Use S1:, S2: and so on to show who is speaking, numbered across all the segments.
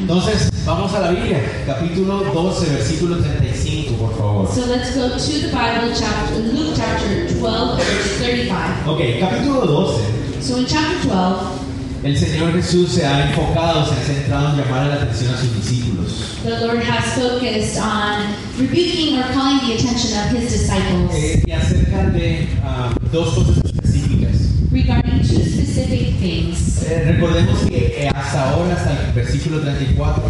S1: Entonces, vamos a la Biblia, capítulo 12, versículo 35, por favor.
S2: So let's go to the Bible, chapter, Luke chapter 12, verse 35.
S1: Ok, capítulo 12.
S2: So in chapter 12,
S1: El Señor Jesús se ha enfocado, se ha centrado en llamar la atención a sus discípulos.
S2: the Lord has focused on rebuking or calling the attention of his disciples
S1: Eh, y acerca de ah, dos cosas específicas.
S2: regarding two specific things.
S1: Eh, recordemos que eh, hasta ahora, hasta el versículo 34,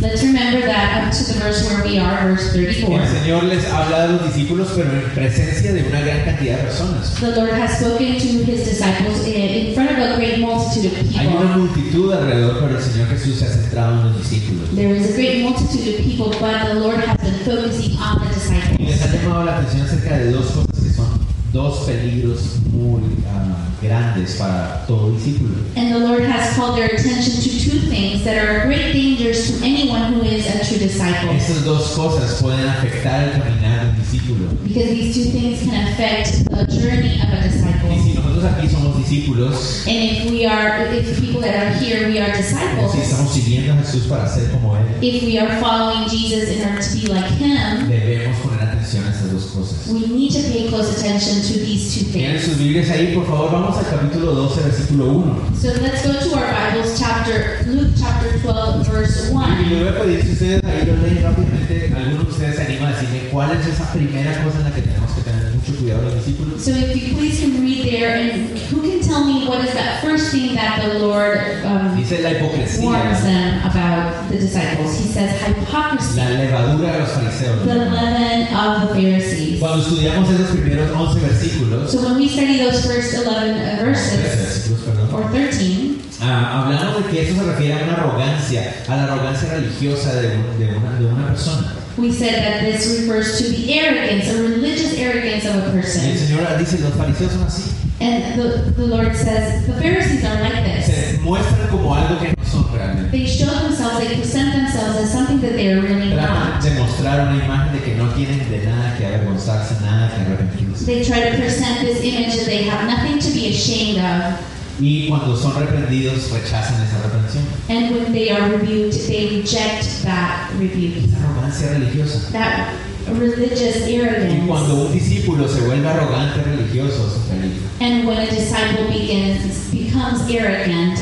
S2: Let's remember that up to the verse where we are, verse
S1: el
S2: 34.
S1: Señor les habla a los discípulos, pero en presencia de una gran cantidad de personas.
S2: The Lord has spoken to his disciples in, in front of a great multitude of
S1: Hay una
S2: people.
S1: multitud alrededor, pero el Señor Jesús se ha centrado en los discípulos.
S2: There is a great multitude of people, but the Lord has been focusing on the
S1: Y les ha
S2: disciples.
S1: llamado la atención acerca de dos cosas que son dos peligros muy ah, grandes para todo discípulo.
S2: And the Lord has called their attention to two things that are great dangers to anyone who is a true disciple.
S1: Estas dos cosas pueden afectar el caminar del discípulo.
S2: Because these two things can affect the journey of a
S1: Y
S2: disciple.
S1: si nosotros aquí somos discípulos,
S2: And if we are, if people that are here, we are disciples.
S1: si estamos siguiendo a Jesús para ser como Él,
S2: If we are following Jesus in order to be like him,
S1: debemos poner atención a estas dos cosas.
S2: we need to pay close attention to these two things.
S1: Tienen sus Biblias ahí, por favor, vamos al capítulo 12, versículo 1.
S2: So let's go to our Bibles, chapter Luke chapter 12, verse
S1: Y
S2: 1.
S1: le voy a pedir si ustedes ahí lo leen rápidamente, alguno de ustedes se anima a decirme cuál es esa primera cosa en la que tenemos que tener mucho cuidado los discípulos.
S2: So if you please can read there, and who can tell me what is that first thing that the Lord um,
S1: Dice la
S2: warns
S1: hipocresía,
S2: them about the disciples? He says hypocrisy,
S1: la levadura de los fariseos.
S2: the leaven of the Pharisees.
S1: Cuando estudiamos esos primeros 11 versículos,
S2: So when we study those first 11 verses,
S1: versículos, perdón,
S2: or 13,
S1: Ah, hablamos de que eso se refiere a una arrogancia, a la arrogancia religiosa de, un- de una, de una persona.
S2: we said that this refers to the arrogance, a religious arrogance of a
S1: Y el
S2: person.
S1: Señor dice, los fariseos son así.
S2: And the, the Lord says, the Pharisees are like this.
S1: Se muestran como algo que no son realmente.
S2: They show themselves, they present themselves as something that they are really
S1: Tratan
S2: not.
S1: de mostrar una imagen de que no tienen de nada que avergonzarse, nada que arrepentirse.
S2: They try to present this image that they have nothing to be ashamed of,
S1: Y cuando son reprendidos, rechazan esa reprensión.
S2: and when they are rebuked, they reject that rebuke,
S1: Esa arrogancia religiosa.
S2: that religious
S1: Y cuando
S2: arrogance.
S1: un discípulo se vuelve arrogante, religioso, se peligro.
S2: And when a disciple begins becomes arrogant,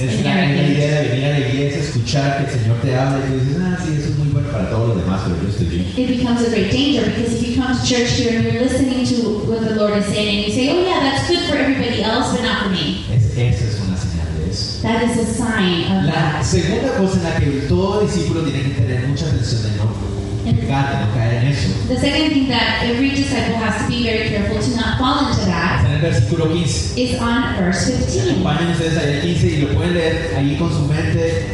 S1: Es
S2: and
S1: la, es la
S2: arrogant.
S1: idea de venir a la iglesia, escuchar que el Señor te habla y tú dices, ah, sí, eso es muy bueno para todos los demás, pero yo estoy bien.
S2: It becomes a great danger because if you come to church here and you're listening to what the Lord is saying and you say, oh yeah, that's good for everybody else, but not for me.
S1: Es- esa es una señal de eso.
S2: That is a sign of
S1: La
S2: that.
S1: segunda cosa en la que todo discípulo tiene que tener mucha atención de no pecar, de no caer en eso,
S2: The second thing that every disciple has to be very careful to not fall into that
S1: está en el versículo 15.
S2: is on verse
S1: Me
S2: 15.
S1: Acompañen ustedes ahí al 15 y lo pueden leer ahí con su mente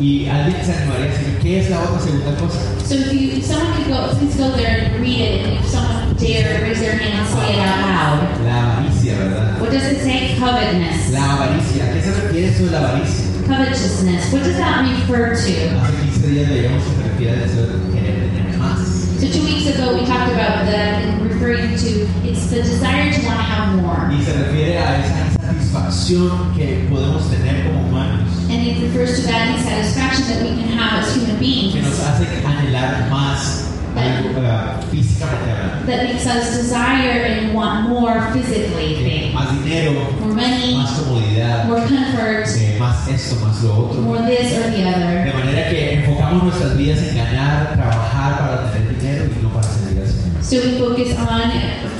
S1: y alguien se animaría a decir, ¿qué es la otra segunda cosa?
S2: So if you, if someone could go, please go there and read it. And if someone dare raise their hand and say it out loud.
S1: La avaricia, ¿verdad?
S2: What does it say? Covetousness.
S1: La avaricia, ¿a qué se refiere eso de la avaricia?
S2: Covetousness. What does that refer to?
S1: Hace 15 días veíamos que se refiere al deseo de querer tener más.
S2: So two weeks ago we talked about that and referring to it's the desire to want to have more.
S1: Y se refiere a esa insatisfacción que podemos tener como humanos,
S2: And it refers to that insatisfaction that we can have as human
S1: que
S2: beings
S1: nos hace anhelar más algo eh, físicamente hablando.
S2: that makes us desire and want more physically
S1: Eh,
S2: things.
S1: Más dinero,
S2: More money,
S1: más comodidad,
S2: more comfort,
S1: eh, más esto, más lo otro.
S2: more this or the other.
S1: De manera que enfocamos nuestras vidas en ganar, trabajar para tener dinero y no para servir al Señor.
S2: So we focus on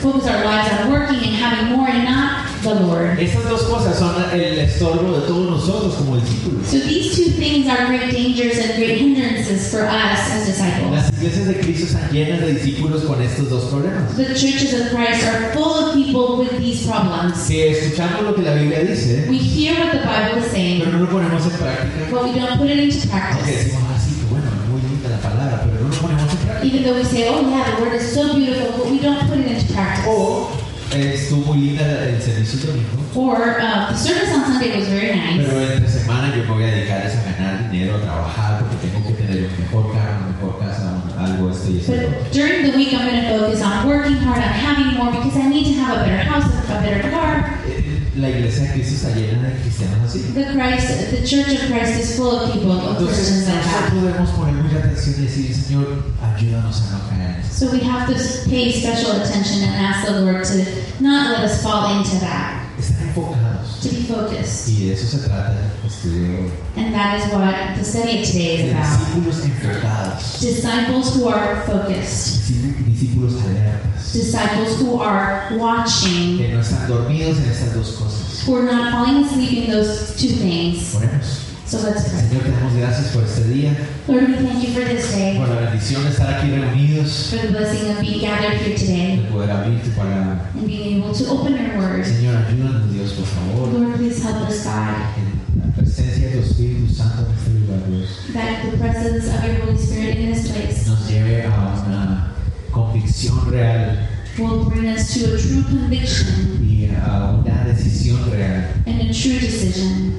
S2: focus our lives on working and having more and not the Lord.
S1: Estas dos cosas son el estorbo de todos nosotros como discípulos.
S2: So these two things are great dangers and great hindrances for us as disciples.
S1: Las iglesias de Cristo están llenas de discípulos con estos dos problemas.
S2: The churches of Christ are full of people with these problems.
S1: Si escuchamos lo que la Biblia dice,
S2: We hear what the Bible
S1: pero
S2: is saying,
S1: no lo ponemos en práctica.
S2: but we don't put it
S1: Aunque
S2: into practice.
S1: decimos así, que bueno, muy linda la palabra, pero no lo ponemos en práctica.
S2: Even though we say, "Oh yeah, the word is so beautiful," but we don't put it into practice.
S1: O eh, estuvo muy linda la- el servicio el domingo,
S2: Or uh, the service on Sunday was very nice.
S1: pero entre semana yo me voy a dedicar es a ganar dinero, a trabajar, porque tengo que tener un mejor carro, una mejor casa, un- algo esto y esto.
S2: But during the week, I'm going to focus on working hard, on having more, because I need to have a better house, a better car.
S1: Eh, la iglesia de Cristo está llena de cristianos así.
S2: The Christ, the Church of Christ is full of people, of
S1: Entonces
S2: persons like that.
S1: nosotros debemos poner mucha atención y decir, Señor, ayúdanos a no caer en eso.
S2: So we have to pay special attention and ask the Lord to not let us fall into that,
S1: Estar enfocados.
S2: to be focused.
S1: Y de eso se trata el estudio.
S2: And that is what the study of today
S1: de
S2: is about.
S1: Discípulos enfocados.
S2: Disciples who are focused,
S1: Discípulos- Discípulos alertas.
S2: disciples who are watching,
S1: Que no están dormidos en estas dos cosas.
S2: who are not falling asleep in those two things.
S1: Oremos.
S2: So let's pray.
S1: Señor, te damos gracias por este día,
S2: Lord, we thank you for this day,
S1: por la bendición de estar aquí reunidos,
S2: for the blessing of being gathered
S1: de
S2: here today
S1: poder abrir tu palabra.
S2: and being able to open your word.
S1: Señor, ayúdanos, Dios, por favor,
S2: Lord, please help us, God,
S1: en la presencia de tu Espíritu Santo en este lugar, Dios,
S2: that the presence of your Holy Spirit in this place
S1: nos lleve a una convicción real
S2: will bring us to a true conviction
S1: y a una decisión real
S2: and a true decision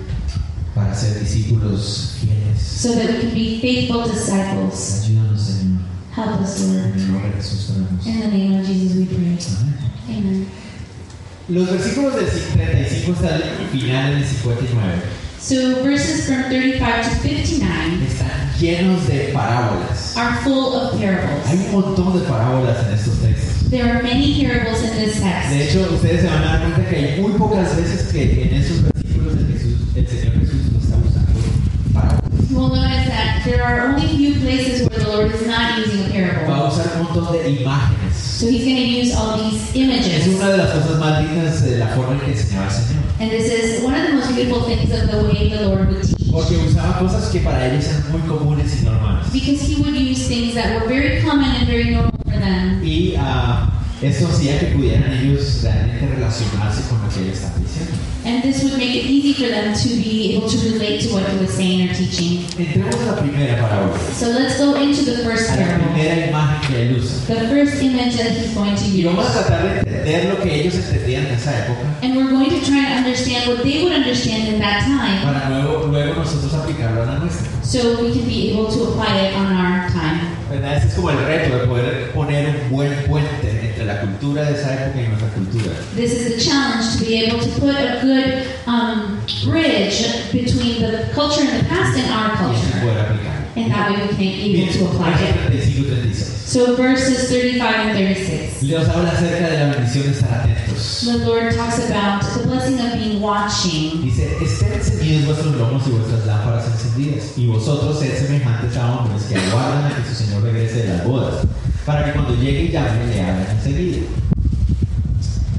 S1: para ser discípulos fieles.
S2: so that we can be faithful disciples.
S1: Ayúdanos, Señor.
S2: Help us, Lord.
S1: En el nombre de Jesús oramos.
S2: In the name of Jesus we pray.
S1: Amén.
S2: Amen.
S1: Los versículos del 35 hasta el final del 59
S2: So verses from 35 to 59
S1: están llenos de parábolas.
S2: are full of
S1: Hay
S2: parables.
S1: un montón de parábolas en estos textos.
S2: There are many parables in this
S1: De
S2: text.
S1: hecho, ustedes se van a dar cuenta que hay muy pocas veces que en esos versículos de Jesús, el Señor Jesús no está usando parábolas.
S2: You will notice that there are only a few places where the Lord is not using a
S1: Va
S2: parable.
S1: a usar un montón de imágenes.
S2: So he's going to use all these
S1: Es
S2: images.
S1: una de las cosas más lindas de la forma en que enseñaba el Señor.
S2: And this is one of the most beautiful things of the way the Lord would teach.
S1: Porque usaba cosas que para ellos eran muy comunes y normales.
S2: Because he would use things that were very common and very normal for them.
S1: Y ah, esto hacía que pudieran ellos realmente relacionarse con lo que ella estaba diciendo.
S2: And this would make it easy for them to be able to relate to what he was saying or teaching.
S1: Entremos a la primera parábola,
S2: So let's go into the first
S1: a la
S2: parable.
S1: primera imagen que él usa.
S2: the first image that he's going to
S1: Y vamos a
S2: use.
S1: tratar de entender lo que ellos entendían en esa época.
S2: And we're going to try and understand what they would understand in that time
S1: para luego, luego nosotros aplicarlo a la nuestra.
S2: so we can be able to apply it on our time.
S1: ¿Verdad? Ese Pues este es como el reto de poder poner un buen puente entre la cultura de esa época y nuestra cultura.
S2: This is the challenge to be able to put a good um, bridge between the culture in the past and our
S1: Y así
S2: culture.
S1: poder aplicarlo.
S2: And that way we can be
S1: Miren,
S2: able to apply
S1: verso
S2: it.
S1: 35 36.
S2: So verses 35 and 36.
S1: Dios habla acerca de la bendición de estar atentos.
S2: The Lord talks about the blessing of being watching.
S1: Dice, estén encendidos vuestros lomos y vuestras lámparas encendidas, y vosotros sed semejantes a hombres que aguardan a que su Señor regrese de las bodas, para que cuando llegue y llame le abran enseguida.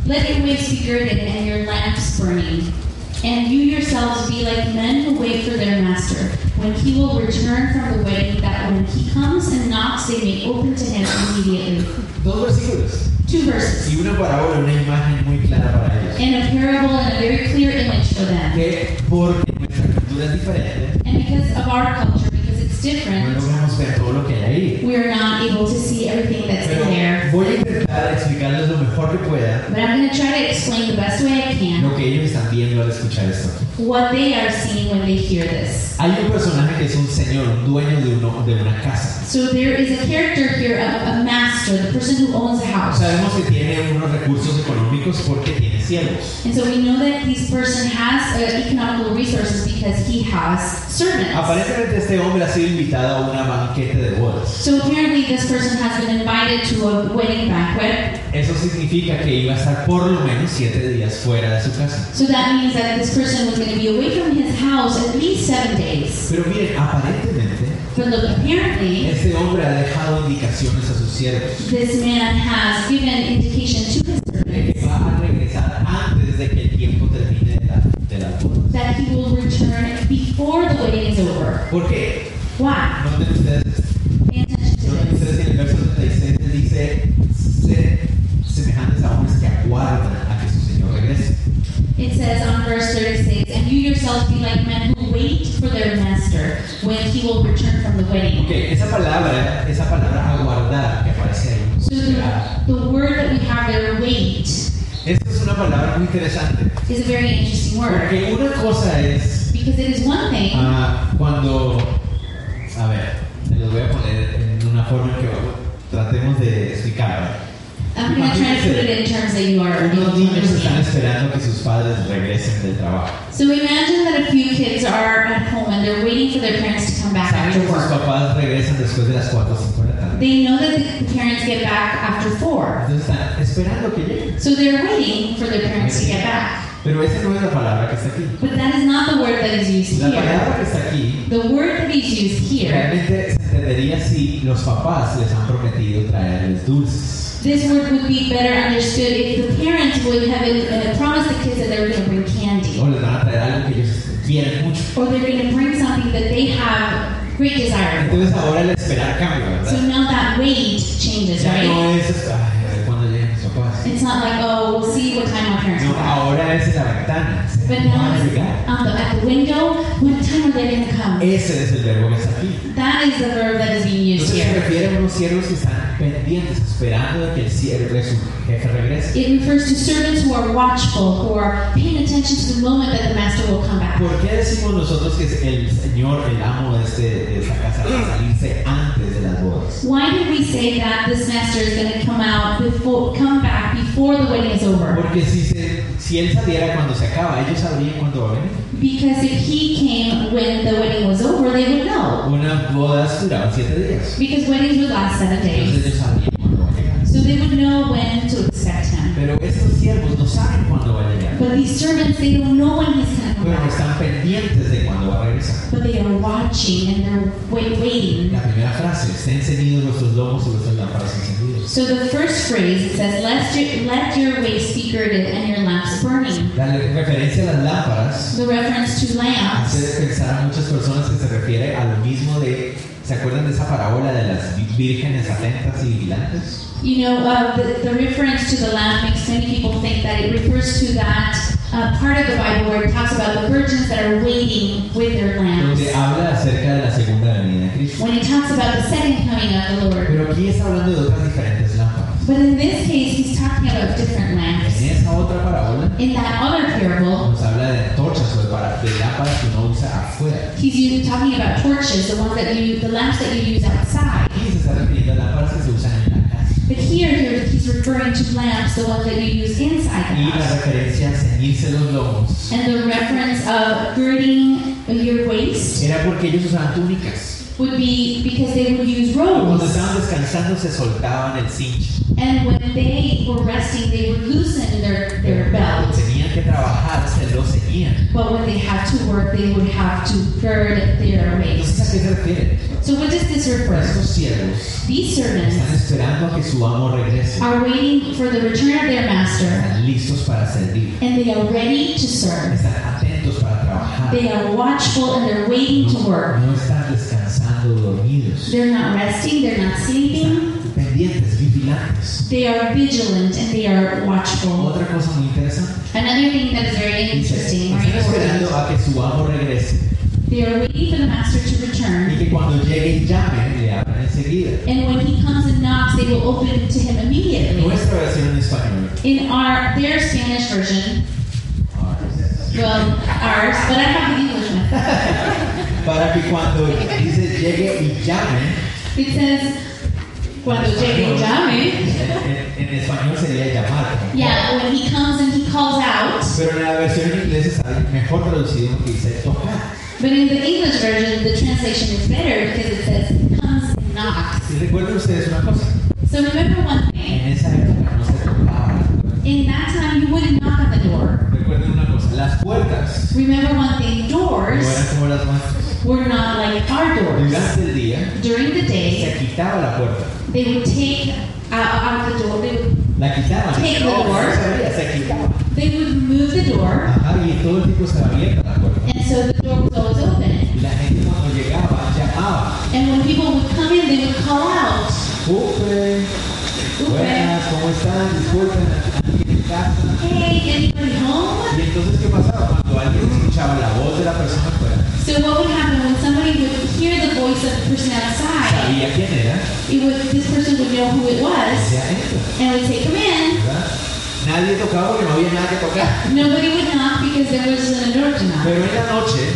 S2: Let your ways be girded and your lamps burning. And you yourselves be like men who wait for their master, when he will return from the wedding, that when he comes and knocks, they may open to him immediately.
S1: Dos versículos,
S2: Two verses.
S1: y una parábola, una imagen muy clara para ellos.
S2: And a parable and a very clear image for them.
S1: que porque nuestra cultura es diferente,
S2: And because of our culture, because it's
S1: no
S2: different,
S1: logramos ver todo lo que hay ahí.
S2: we are not able to see everything that's in there.
S1: Pero voy a intentar explicarles lo mejor que pueda
S2: But I'm going to try to explain the best way I can
S1: lo que ellos están viendo al escuchar esto.
S2: what they are seeing when they hear this.
S1: Hay un personaje que es un señor, un dueño de, uno- de una casa.
S2: So there is a character here of a master, the person who owns a house.
S1: Sabemos que tiene unos recursos económicos porque tiene siervos.
S2: And so we know that this person has uh, economical resources because he has
S1: Ah,
S2: servants.
S1: Aparentemente este hombre ha sido invitado a una banquete de bodas.
S2: So apparently this person has been invited to a wedding banquet.
S1: Eso significa que iba a estar por lo menos siete días fuera de su casa.
S2: So that means that this person was going to be away from his house at least seven days.
S1: Pero miren, aparentemente
S2: But look, apparently
S1: este hombre ha dejado indicaciones a sus siervos.
S2: this man has given indication to his
S1: de que
S2: servants
S1: va a regresar antes de que el tiempo termine de la, de la boda.
S2: that he will return before the wedding is over.
S1: ¿Por qué?
S2: Why?
S1: Noten ustedes,
S2: Pay attention to
S1: noten
S2: this.
S1: ustedes que en el verso 36 les dice, ser semejantes a hombres que aguardan a que su Señor regrese.
S2: It says on verse 36, And you yourselves be like men who wait for their master when he will return from the
S1: Ok,
S2: wedding.
S1: esa palabra, esa palabra aguardar que aparece ahí.
S2: So the, the word that we have there, wait, is
S1: Esta es una palabra muy interesante.
S2: a very interesting word.
S1: Porque una cosa es
S2: Because it is one thing,
S1: ah, cuando... A ver, se los voy a poner en una forma en que tratemos de explicarla.
S2: I'm going to try to put it in terms that you are able
S1: Unos
S2: to
S1: niños están
S2: uh, understand.
S1: esperando que sus padres regresen del trabajo.
S2: So imagine that a few kids are at home and they're waiting for their parents to come back
S1: Saben que
S2: after
S1: sus
S2: work.
S1: papás regresan después de las 4 o 5 de la tarde.
S2: They know that the- the parents get back after four.
S1: Entonces están esperando que lleguen.
S2: So they're waiting for their parents to get back.
S1: Pero esa no es la palabra que está aquí.
S2: But that is not the word that is used
S1: La
S2: here.
S1: palabra que está aquí
S2: The word that is used here,
S1: realmente se entendería si los papás les han prometido traerles dulces.
S2: this word would be better understood if the parents would have uh, promised the kids that they were going to bring candy.
S1: O les van a traer algo que ellos quieren mucho.
S2: Or they're going to bring something that they have great desire for.
S1: Entonces ahora el esperar cambia,
S2: So
S1: ¿verdad?
S2: now that weight changes,
S1: Ya
S2: right?
S1: no es ay, a ver cuándo llegan mis papás.
S2: It's not like, oh, we'll see what time my parents come
S1: No,
S2: back.
S1: ahora es en la ventana.
S2: But
S1: No van
S2: now
S1: a
S2: it's
S1: llegar.
S2: out the, at the window. What time are they going to come?
S1: Ese es el verbo que está aquí.
S2: That is the verb that is being
S1: Entonces
S2: used
S1: se
S2: here.
S1: refiere a unos siervos que están pendientes, esperando a que el siervo, que su jefe regrese.
S2: It refers to servants who are watchful, who are paying attention to the moment that the master will come back.
S1: ¿Por qué decimos nosotros que es el señor, el amo de, este- de esta casa, va a salirse antes de las bodas?
S2: Why did we say that this master is going to come out before, come back before the wedding is over?
S1: Porque si, se- si él saliera cuando se acaba, ellos sabrían cuándo va a venir.
S2: Because if he came when the wedding was over, they would know.
S1: Unas bodas duraban siete días.
S2: Because weddings would last seven
S1: Entonces
S2: days.
S1: ellos sabían cuándo va a llegar.
S2: So they would know when to expect him.
S1: Pero estos siervos no saben cuándo va a llegar.
S2: But these servants, they don't know when he's going to come
S1: Pero
S2: back.
S1: están pendientes de cuándo va a regresar.
S2: But they are watching and they're wait, waiting.
S1: La primera frase, estén ceñidos vuestros lomos y vuestras lámparas encendidas.
S2: So the first phrase it says, "Let your, let your waist be girded and your lamps burning."
S1: La le- referencia a las lámparas
S2: The reference to lamps.
S1: hace pensar a muchas personas que se refiere a lo mismo de, ¿se acuerdan de esa parábola de las vi- vírgenes atentas y vigilantes?
S2: You know, uh, the, the reference to the lamp makes many people think that it refers to that uh, part of the Bible where it talks about the virgins that are waiting with their lamps.
S1: Donde habla acerca de la segunda venida de Cristo.
S2: When it talks about the second coming of the Lord.
S1: Pero aquí está hablando de otras diferentes lámparas.
S2: But in this case, he's talking about different
S1: En
S2: lamps.
S1: esa otra parábola
S2: In that other parable,
S1: nos habla de antorchas o de, para- de lámparas que uno usa afuera.
S2: he's u- talking about torches, the ones that you, the lamps that you use outside.
S1: Aquí se está refiriendo a lámparas que se usan en la casa.
S2: But here, here he's referring to lamps, the ones that you use inside the
S1: Y la
S2: house.
S1: referencia a ceñirse los lomos
S2: And the reference of girding your waist
S1: era porque ellos usaban túnicas.
S2: would be because they would use
S1: Cuando
S2: robes.
S1: estaban descansando se soltaban el cincho.
S2: And when they were resting, they would loosen their, their
S1: Cuando
S2: belt.
S1: tenían que trabajar, se lo ceñían.
S2: But when they had to work, they would have to gird their
S1: Entonces, ¿a
S2: waist.
S1: qué se refiere?
S2: So what does this
S1: Pero
S2: refer?
S1: estos siervos
S2: These
S1: están
S2: servants
S1: esperando a que su amo regrese.
S2: are waiting for the return of their master,
S1: Están listos para servir.
S2: and they are ready to serve.
S1: Están atentos para trabajar.
S2: They are watchful and they're waiting to work.
S1: No, no están descansando dormidos.
S2: They're not resting, they're not sleeping.
S1: Están pendientes, vigilantes.
S2: They are vigilant and they are watchful.
S1: Otra cosa muy interesante.
S2: Another thing that is very
S1: Dice,
S2: interesting or
S1: están esperando
S2: important,
S1: a que su amo regrese.
S2: they are waiting for the master to
S1: Y
S2: return.
S1: que cuando llegue y llamen, le abran enseguida.
S2: And when he comes and knocks, they will open to him immediately.
S1: Nuestra versión en español.
S2: In our their Spanish version, well, ours, but I have the English one.
S1: Para que cuando dice llegue y llamen,
S2: It says, cuando llegue llame.
S1: En, en- en español sería llamar. como
S2: Yeah, when he comes and he calls out.
S1: Pero en la versión en inglés está mejor traducido porque dice tocar.
S2: But in the English version, the translation is better because it says comes and knocks.
S1: Y recuerden ustedes una cosa,
S2: So remember one thing.
S1: en esa época no se tocaba.
S2: In that time, you wouldn't knock on the door.
S1: Recuerden una cosa, las puertas
S2: Remember one thing,
S1: no eran
S2: doors
S1: como las nuestras.
S2: were not like our doors.
S1: Durante el día
S2: During the day,
S1: se quitaba la puerta.
S2: they would take out, out the door, they would,
S1: La quitaban.
S2: Take the
S1: No, no
S2: door.
S1: se abría, se quitaba.
S2: they would remove the door,
S1: Ajá, y todo el tiempo estaba abierta la puerta.
S2: and so the door was always open.
S1: Y la gente cuando llegaba llamaba.
S2: And when people would come in, they would call out,
S1: Upe,
S2: "Upe,
S1: buenas, ¿cómo están? Disculpen, aquí en casa.
S2: hey, anybody home?
S1: Y entonces, ¿qué pasaba? Cuando alguien escuchaba la voz de la persona afuera,
S2: So what would happen when somebody would hear the voice of the person outside?
S1: sabía quién era,
S2: It would, this person would know who it was
S1: decía entra,
S2: and would say, come in.
S1: ¿verdad? Nadie tocaba porque no había nada que tocar.
S2: Nobody would knock because there wasn't a door to knock.
S1: Pero en la noche,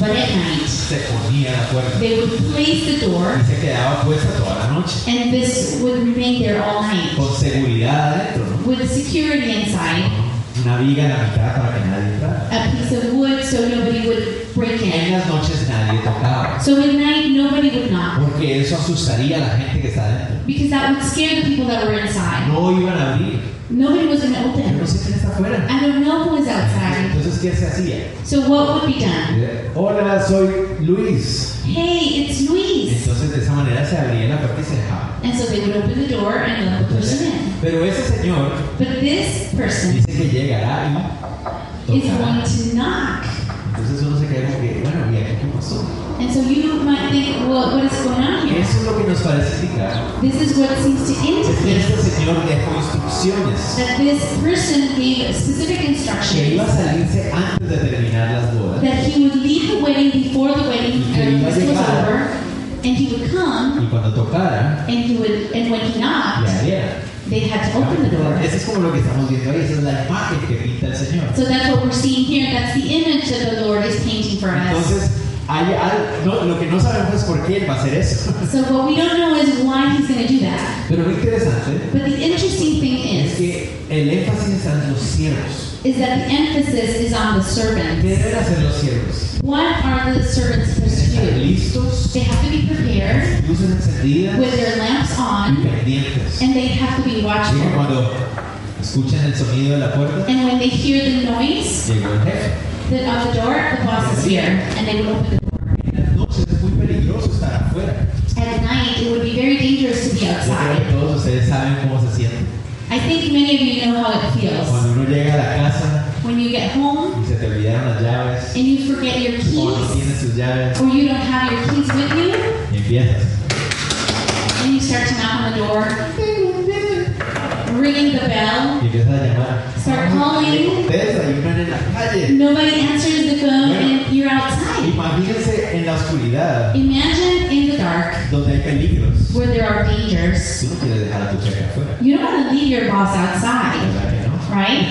S2: But at night,
S1: se ponía la puerta
S2: they would place the door,
S1: y se quedaba puesta toda la noche,
S2: and this would remain there all night
S1: con seguridad adentro, ¿no?
S2: with security inside,
S1: Una viga en la mitad para que nadie entrara.
S2: a piece of wood so nobody would break
S1: En
S2: in.
S1: las noches nadie tocaba,
S2: So at night, nobody would knock
S1: porque eso asustaría a la gente que está adentro. Ah,
S2: because that would scare the people that were inside.
S1: No iban a abrir.
S2: Nobody was going to
S1: Yo no
S2: open.
S1: sé quién está afuera.
S2: I don't know who was outside.
S1: Entonces, ¿qué se hacía?
S2: So what would be done?
S1: Eh, Hola, soy Luis.
S2: Hey, it's Luis.
S1: Entonces, de esa manera se abría la puerta y se dejaba.
S2: And so they would open the door and let the person in.
S1: Pero ese señor
S2: But this person
S1: dice que llegará y
S2: is going
S1: tocará.
S2: to knock.
S1: Entonces uno se queda como que, bueno, ¿y aquí qué pasó?
S2: And so you might think, well, what is going on here?
S1: Eso es lo que nos parece indicar.
S2: This is what seems to
S1: Es que
S2: indicate
S1: este señor dejó instrucciones
S2: that this person gave specific
S1: que iba a
S2: instructions
S1: salirse antes de terminar las bodas
S2: that he would leave the wedding before the wedding
S1: Y que iba a
S2: was
S1: llegar.
S2: over, and he would come,
S1: y cuando tocara,
S2: and he would, and when he
S1: le
S2: knocked,
S1: haría.
S2: they had to open the door.
S1: Eso es como lo que estamos viendo ahí, esa es la imagen que pinta el señor.
S2: So that's what we're seeing here. That's the image that the Lord is painting for us.
S1: Entonces, hay al- no, lo que no sabemos es por qué él va a hacer eso.
S2: So what we don't know is why he's going to do that.
S1: Pero lo interesante
S2: But the interesting thing
S1: es
S2: is,
S1: que el énfasis está en los siervos.
S2: is that the emphasis is on the
S1: ¿Qué
S2: servants.
S1: deben hacer los siervos?
S2: What are the servants supposed to
S1: Estar
S2: do?
S1: listos,
S2: They have to be prepared
S1: luces encendidas
S2: with their lamps
S1: y
S2: on,
S1: pendientes.
S2: and they have to
S1: Así
S2: be
S1: que
S2: watchful.
S1: cuando escuchan el sonido de la puerta,
S2: And when they hear the noise
S1: llegó el jefe.
S2: that of the door, the boss is here, and they would open the door.
S1: En las noches es muy peligroso estar afuera.
S2: At night, it would be very dangerous to
S1: Yo
S2: be
S1: creo
S2: outside.
S1: que todos ustedes saben cómo se siente.
S2: I think many of you know how it feels
S1: Cuando uno llega a la casa
S2: when you get home
S1: y se te olvidaron las llaves,
S2: and you forget your
S1: o no
S2: keys,
S1: tienes tus llaves,
S2: or you don't have your keys with you,
S1: y empiezas.
S2: and you start to knock on the door, ringing the bell.
S1: Y empiezas a llamar.
S2: Start calling.
S1: Ustedes ayunan en la calle.
S2: Nobody answers the phone, and you're outside.
S1: Imagínense en la oscuridad,
S2: Imagine in the dark
S1: donde hay peligros.
S2: where there are dangers.
S1: Tú no quieres dejar a tu jefe afuera,
S2: You don't want to leave your boss outside,
S1: ¿verdad que no?
S2: right?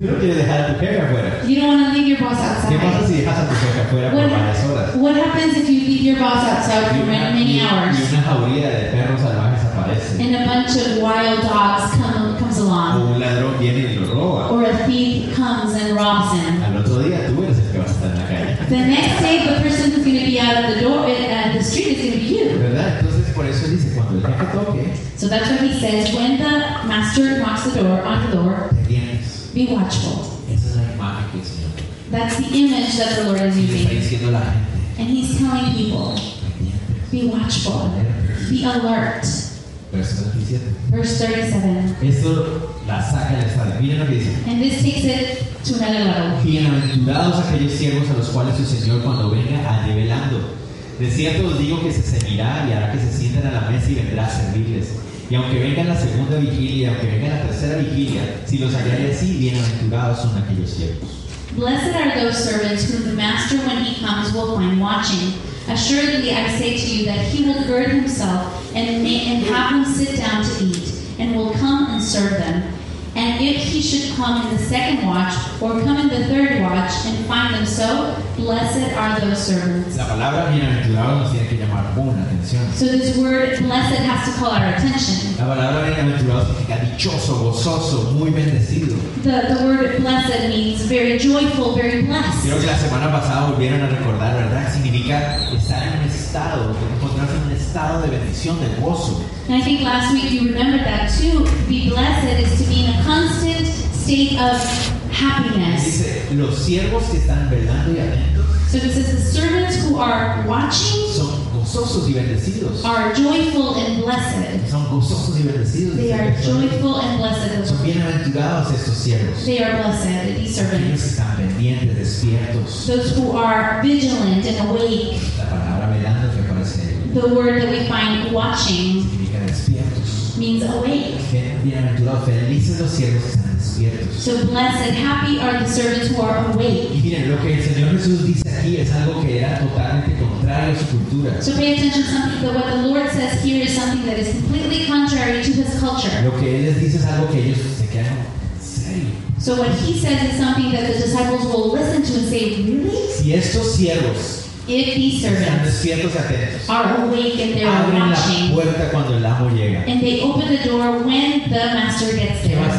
S1: Tú no quieres dejar a tu jefe afuera.
S2: You don't want to leave your boss
S1: ¿Qué pasa
S2: outside.
S1: si dejas a tu jefe afuera por varias horas?
S2: What happens if you leave your boss outside
S1: Y
S2: for
S1: una,
S2: many, many
S1: y- y
S2: hours
S1: una jauría de perros salvajes aparece.
S2: and a bunch of wild dogs come, comes
S1: O
S2: along
S1: un ladrón viene y lo roba.
S2: or a thief comes and robs him?
S1: Al otro día tú eres el que vas a estar en la calle.
S2: The next day, the person who's going to be out of the door at the street is going to be you.
S1: ¿Verdad? Entonces por eso dice, cuando el jefe toque,
S2: So that's why he says, when the master knocks the door on the door,
S1: te tienes.
S2: be watchful.
S1: Esa es la imagen que el Señor te
S2: That's the image that the Lord is
S1: está
S2: using.
S1: diciendo a la gente.
S2: And he's telling people,
S1: Pendientes,
S2: be watchful,
S1: alertas.
S2: be alert.
S1: Verso 27.
S2: Verse 37.
S1: Esto la saca del estadio. Miren lo que dice.
S2: And this takes it to another level.
S1: Bienaventurados aquellos siervos a los cuales su Señor cuando venga a revelando. De cierto os digo que se ceñirá y hará que se sienten a la mesa y vendrá a servirles. Y aunque venga la segunda vigilia, aunque venga la tercera vigilia, si los hallare así, bienaventurados son aquellos siervos.
S2: Blessed are those servants whom the master, when he comes, will find watching. Assuredly, I say to you that he will gird himself and, ma- and have them sit down to eat, and will come and serve them. And if he should come in the second watch, or come in the third watch, and find them so, blessed are those servants.
S1: La palabra bienaventurados nos tiene que llamar una atención.
S2: So this word blessed has to call our attention.
S1: La palabra bienaventurados significa dichoso, gozoso, muy bendecido.
S2: The, the word blessed means very joyful, very blessed.
S1: Creo que la semana pasada volvieron a recordar, ¿verdad? Significa estar en un estado, encontrarse en un estado de bendición, de gozo.
S2: And I think last week you remembered that too. Be blessed is to be in a constant state of happiness.
S1: Dice, los siervos que están velando y atentos
S2: So it says the servants who are watching
S1: son gozosos y bendecidos.
S2: are joyful and blessed.
S1: Son gozosos y bendecidos.
S2: They
S1: dice
S2: are
S1: el texto.
S2: joyful and blessed.
S1: Son bienaventurados estos siervos.
S2: They are blessed, these
S1: Aquellos
S2: servants.
S1: que están pendientes, despiertos.
S2: Those who are vigilant and awake.
S1: La palabra velando que aparece
S2: The word that we find watching
S1: significa despiertos.
S2: means awake.
S1: Bien- Bienaventurados, felices los siervos que están despiertos.
S2: So blessed, happy are the servants who are awake.
S1: Y miren, lo que el Señor Jesús dice aquí es algo que era totalmente contrario a su cultura.
S2: So pay attention to something, but what the Lord says here is something that is completely contrary to his culture.
S1: Lo que Él les dice es algo que ellos se quedan en serio.
S2: So what he says is something that the disciples will listen to and say, Really?
S1: Si estos siervos
S2: If these
S1: Están
S2: servants
S1: despiertos y atentos.
S2: are awake and they are
S1: Abren la
S2: watching,
S1: puerta cuando el amo llega.
S2: and they open the door when the master gets
S1: ¿Qué va a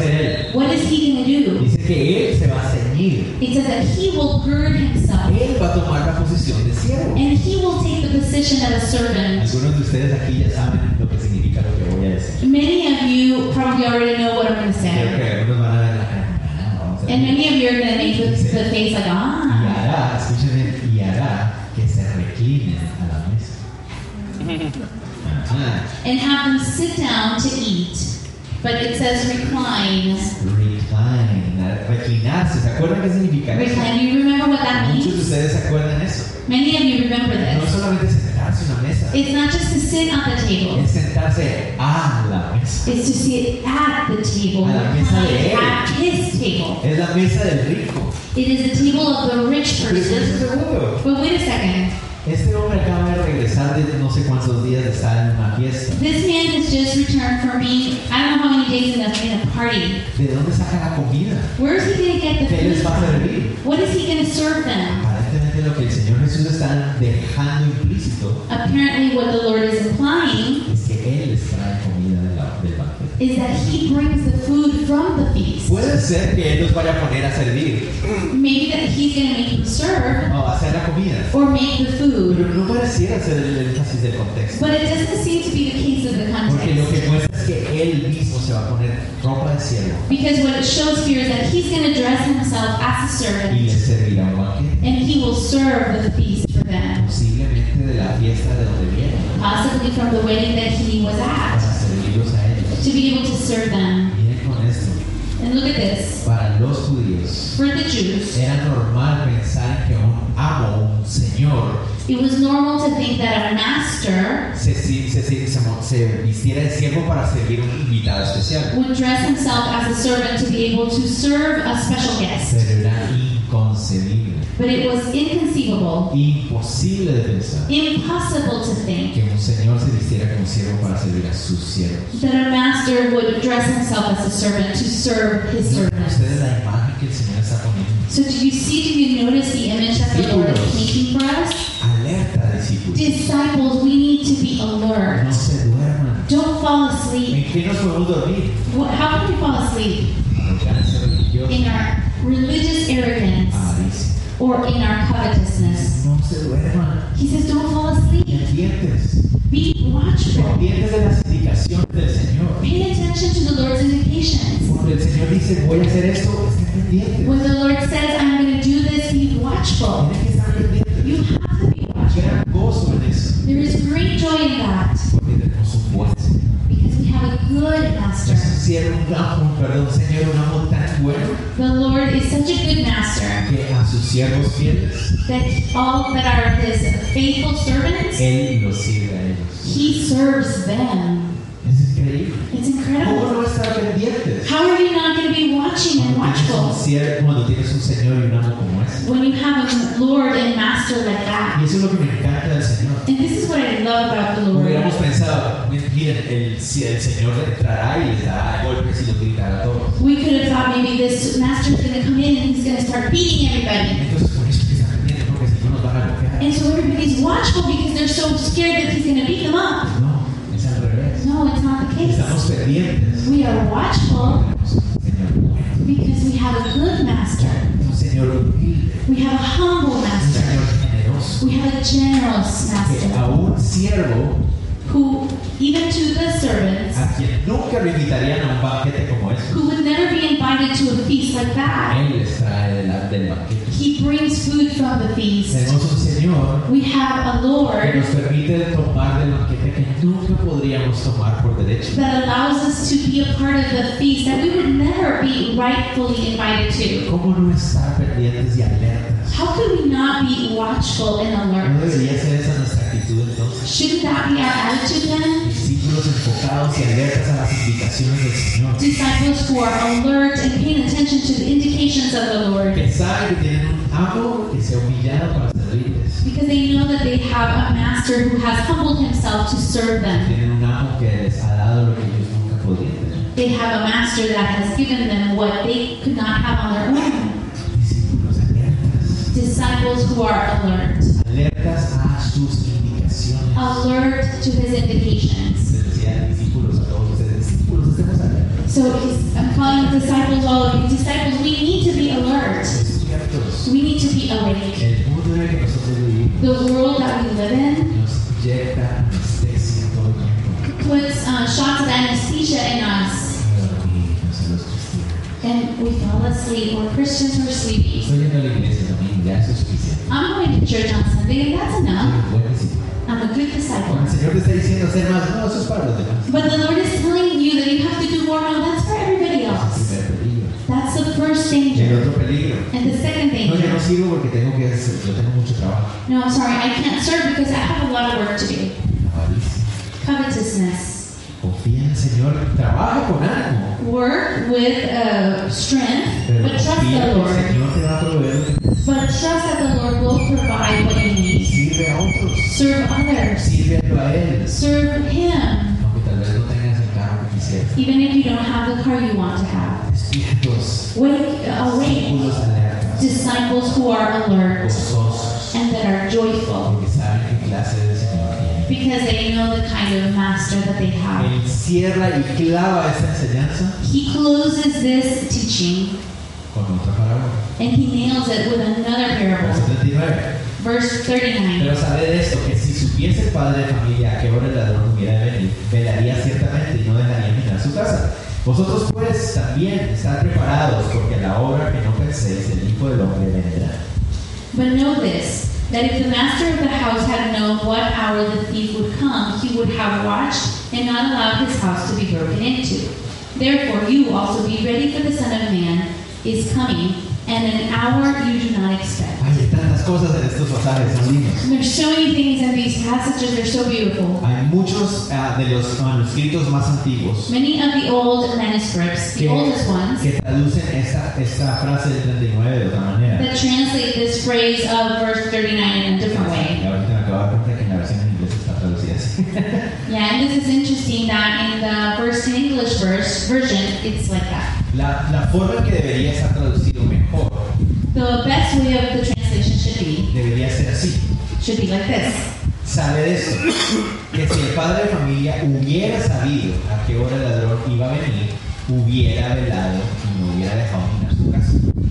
S1: hacer
S2: there,
S1: él?
S2: what is he going to do?
S1: Dice que él se va a ceñir.
S2: It says that he will gird himself
S1: Él va a tomar la posición de siervo.
S2: and he will take the position of a servant.
S1: Algunos de ustedes aquí ya saben lo que significa lo que voy a decir.
S2: Many of you probably already know what I'm going to
S1: Creo
S2: say,
S1: que algunos van a ver la cara. "Ah, vamos a
S2: and
S1: ver".
S2: many of you are going to make the, the face
S1: Y
S2: like, ah.
S1: hará, escúchenme, y hará que se reclinen a la mesa. Ajá.
S2: and have them sit down to eat. But it says recline.
S1: Recline, reclinarse. ¿Se acuerdan qué significa eso?
S2: Recline. You remember what that
S1: Muchos de
S2: means?
S1: ustedes se acuerdan eso.
S2: Many of you remember
S1: No es
S2: this.
S1: solamente sentarse a una mesa,
S2: It's not just to sit at the table.
S1: es sentarse a la mesa.
S2: It's to sit at the table.
S1: A la mesa de él.
S2: At his table.
S1: Es la mesa del rico.
S2: It is the table of the rich
S1: Pero es un
S2: person.
S1: segundo.
S2: But wait a second.
S1: Este hombre acaba de regresar de no sé cuántos días de estar en una fiesta.
S2: This man has just returned from being, I don't know how many days in a, in a party.
S1: ¿De dónde saca la comida?
S2: Where is he going to get the
S1: ¿Qué
S2: food
S1: les va a
S2: from?
S1: servir?
S2: What is he going to serve them?
S1: Aparentemente lo que el Señor Jesús está dejando implícito
S2: Apparently, what the Lord is implying
S1: es que Él les trae comida de la- del banquete.
S2: is that he brings the food from the feast.
S1: Puede ser que Él los vaya a poner a servir
S2: Maybe that he's going to make them serve
S1: o a hacer la comida.
S2: or make the
S1: Pero
S2: food.
S1: no pareciera ser el énfasis del contexto.
S2: But it doesn't seem to be the case of the
S1: Porque lo
S2: context.
S1: que muestra es que Él mismo se va a poner ropa de siervo
S2: Because what it shows here is that he's going to dress himself as a
S1: y les
S2: servant
S1: servirá un banquete.
S2: and he will serve the feast for them,
S1: Posiblemente de la fiesta de donde vienen
S2: possibly from the wedding that he was
S1: para
S2: at,
S1: servirlos a ellos.
S2: to be able to serve them.
S1: Miren con esto.
S2: And look at this.
S1: Para los judíos
S2: For the Jews,
S1: Era normal pensar que un amo, un señor,
S2: it was normal to think that a master
S1: se, se, se, se- se- se vistiera de siervo para servir a un invitado especial.
S2: would dress himself as a servant to be able to serve a special guest.
S1: Pero era inconcebible,
S2: But it was inconceivable,
S1: imposible de pensar
S2: impossible to think
S1: que un señor se vistiera como siervo para servir a sus siervos.
S2: that a master would dress himself as a servant to serve his
S1: ¿No ven ustedes
S2: servants.
S1: la imagen que el Señor está poniendo?
S2: So, do you see, do you notice the image that the Lord is making for us?
S1: Alerta, discípulos.
S2: Disciples, we need to be alert.
S1: No se duerman.
S2: Don't fall asleep.
S1: ¿En qué nos podemos dormir?
S2: What, how can we fall asleep?
S1: Arrogancia religiosa.
S2: In our religious arrogance
S1: Avaricia.
S2: or in our covetousness.
S1: No se duerman.
S2: He says, don't fall asleep.
S1: Pendientes.
S2: Be watchful.
S1: pendientes de las indicaciones del Señor.
S2: Pay attention to the Lord's indications.
S1: Cuando el Señor dice, voy a hacer esto, estén pendientes.
S2: When the Lord says, I'm going to do this, be watchful.
S1: Tienen que estar pendientes.
S2: You have to be
S1: Qué
S2: watchful.
S1: gran gozo en eso.
S2: There is great joy in that
S1: Porque tenemos un buen Señor.
S2: because we have a good
S1: Es un
S2: master.
S1: cielo, un amo, perdón, Señor, un amo tan bueno
S2: The Lord is such a good master
S1: que a sus siervos fieles,
S2: that all that are his faithful servants,
S1: Él los sirve a ellos.
S2: he serves them.
S1: Es increíble.
S2: It's
S1: ¿Cómo
S2: incredible.
S1: no estar pendientes?
S2: How are you not going to be watching and
S1: Cuando tienes un
S2: watchful
S1: siervo- Cuando tienes un Señor y un amo como ese.
S2: when you have a Lord and master like that?
S1: Y eso es lo que me encanta del Señor.
S2: And this is what I love about the
S1: Hubiéramos
S2: Lord.
S1: pensado, miren, el, si el Señor entrará y les dará golpes y los gritará a todos.
S2: We could have thought maybe this master's going to come in and he's going to start beating everybody.
S1: Entonces por eso que están pendientes, porque si no nos van a golpear.
S2: And so everybody's watchful because they're so scared that he's going to beat them up.
S1: No, es al revés.
S2: No, it's not the case.
S1: Estamos pendientes.
S2: We are watchful
S1: Tenemos un Señor bueno,
S2: because we have a good master.
S1: un Señor humilde,
S2: We have a humble
S1: un
S2: master.
S1: Señor generoso,
S2: We have a generous
S1: que
S2: master
S1: a un siervo
S2: who, even to the servants,
S1: a quien nunca lo invitarían a un banquete como este,
S2: who would never be invited to a feast like that,
S1: Él les trae delante del banquete.
S2: he brings food from the feast.
S1: Tenemos un Señor
S2: We have a
S1: que
S2: Lord
S1: nos permite tomar del banquete que nunca podríamos tomar por derecho.
S2: that allows us to be a part of the feast that we would never be rightfully invited to.
S1: ¿Cómo no estar pendientes y alertas?
S2: How could we not be watchful and
S1: ¿No
S2: alert?
S1: debería ser esa nuestra actitud entonces?
S2: Shouldn't that be our attitude then?
S1: Discípulos enfocados y alertas a las indicaciones del Señor.
S2: Disciples who are alert and paying attention to the indications of the Lord
S1: Que saben que tienen un amo que se ha humillado para servirles.
S2: because they know that they have a master who has humbled himself to serve them.
S1: Tienen un amo que les ha dado lo que ellos nunca podían tener.
S2: They have a master that has given them what they could not have on their own.
S1: Discípulos alertas.
S2: Disciples who are alert.
S1: alertas a sus indicaciones.
S2: alert to his indications.
S1: Se decía discípulos a todos ustedes, discípulos, estemos alertas,
S2: So he's, I'm calling disciples, all of you disciples, we need to be alert.
S1: despiertos.
S2: We need to be awake.
S1: El mundo en el que nosotros vivimos
S2: The world that we live in
S1: nos inyecta anestesia todo el tiempo.
S2: puts uh, shots of anesthesia in us,
S1: Para dormirnos a los cristianos.
S2: and we fall asleep. We're Christians, we're sleepy.
S1: Estoy yendo a la iglesia también, ya eso es suficiente.
S2: I'm going to church on Sunday, and that's enough.
S1: Soy un buen discípulo.
S2: I'm a good
S1: Cuando el
S2: disciple.
S1: Señor te está diciendo hacer más, no, eso es para los demás.
S2: But the Lord is telling you that you have to do more. No, that's for everybody
S1: Es
S2: else.
S1: el primer peligro.
S2: That's the first danger.
S1: El otro peligro.
S2: And the second
S1: No, yo no
S2: danger.
S1: sirvo porque tengo que hacer, yo tengo mucho trabajo.
S2: No, I'm sorry, I can't serve because I have a lot of work to do.
S1: Avaricia.
S2: Covetousness.
S1: Confía en el Señor, trabaja con ánimo.
S2: Work with uh, strength,
S1: Pero
S2: but trust
S1: confía
S2: the
S1: que el
S2: Lord.
S1: Señor te va a proveer lo que
S2: But trust that the Lord will provide what you need.
S1: sirve a otros.
S2: Serve others.
S1: Sírvelo a Él.
S2: Serve Him.
S1: Aunque tal vez no tengas el carro que quisieras.
S2: Even if you don't have the car you want to have.
S1: Despiertos,
S2: Wake, awake.
S1: discípulos alertas,
S2: Disciples who are alert
S1: gozosos,
S2: and that are joyful
S1: porque saben qué clase de Señor tienen.
S2: because they know the kind of master that they have.
S1: Él cierra y clava esta enseñanza
S2: He closes this teaching
S1: con otra palabra.
S2: and he nails it with another
S1: Verso
S2: parable.
S1: 39.
S2: Verse 39.
S1: Pero sabed esto, que si supiese el padre de familia a qué hora el ladrón hubiera de venir, velaría ciertamente y no dejaría mirar su casa. Vosotros pues también estad preparados, porque a la hora que no penséis el Hijo del Hombre vendrá.
S2: But know this, that if the master of the house had known what hour the thief would come, he would have watched and not allowed his house to be broken into. Therefore, you also be ready, for the Son of Man is coming, and an hour you do not expect.
S1: Ay, hay tantas cosas en estos pasajes, son lindos.
S2: And There's so many things in these passages, they're so beautiful.
S1: Hay muchos ah, de los manuscritos más antiguos
S2: Many of the old manuscripts, the
S1: que,
S2: oldest ones,
S1: que traducen esta, esta frase del 39 de otra manera.
S2: that translate this phrase of verse 39 in a different way.
S1: Y ahorita me acabo de dar cuenta que en la versión en inglés está traducida así.
S2: Yeah, and this is interesting that in the verse in English verse, version, it's like that.
S1: La, la forma en que debería estar traducido mejor
S2: The best way of the translation should be
S1: debería ser así.
S2: should be like this.
S1: sabe de esto, que si el padre de familia hubiera sabido a qué hora el ladrón iba a venir, hubiera velado y no hubiera dejado minar su casa.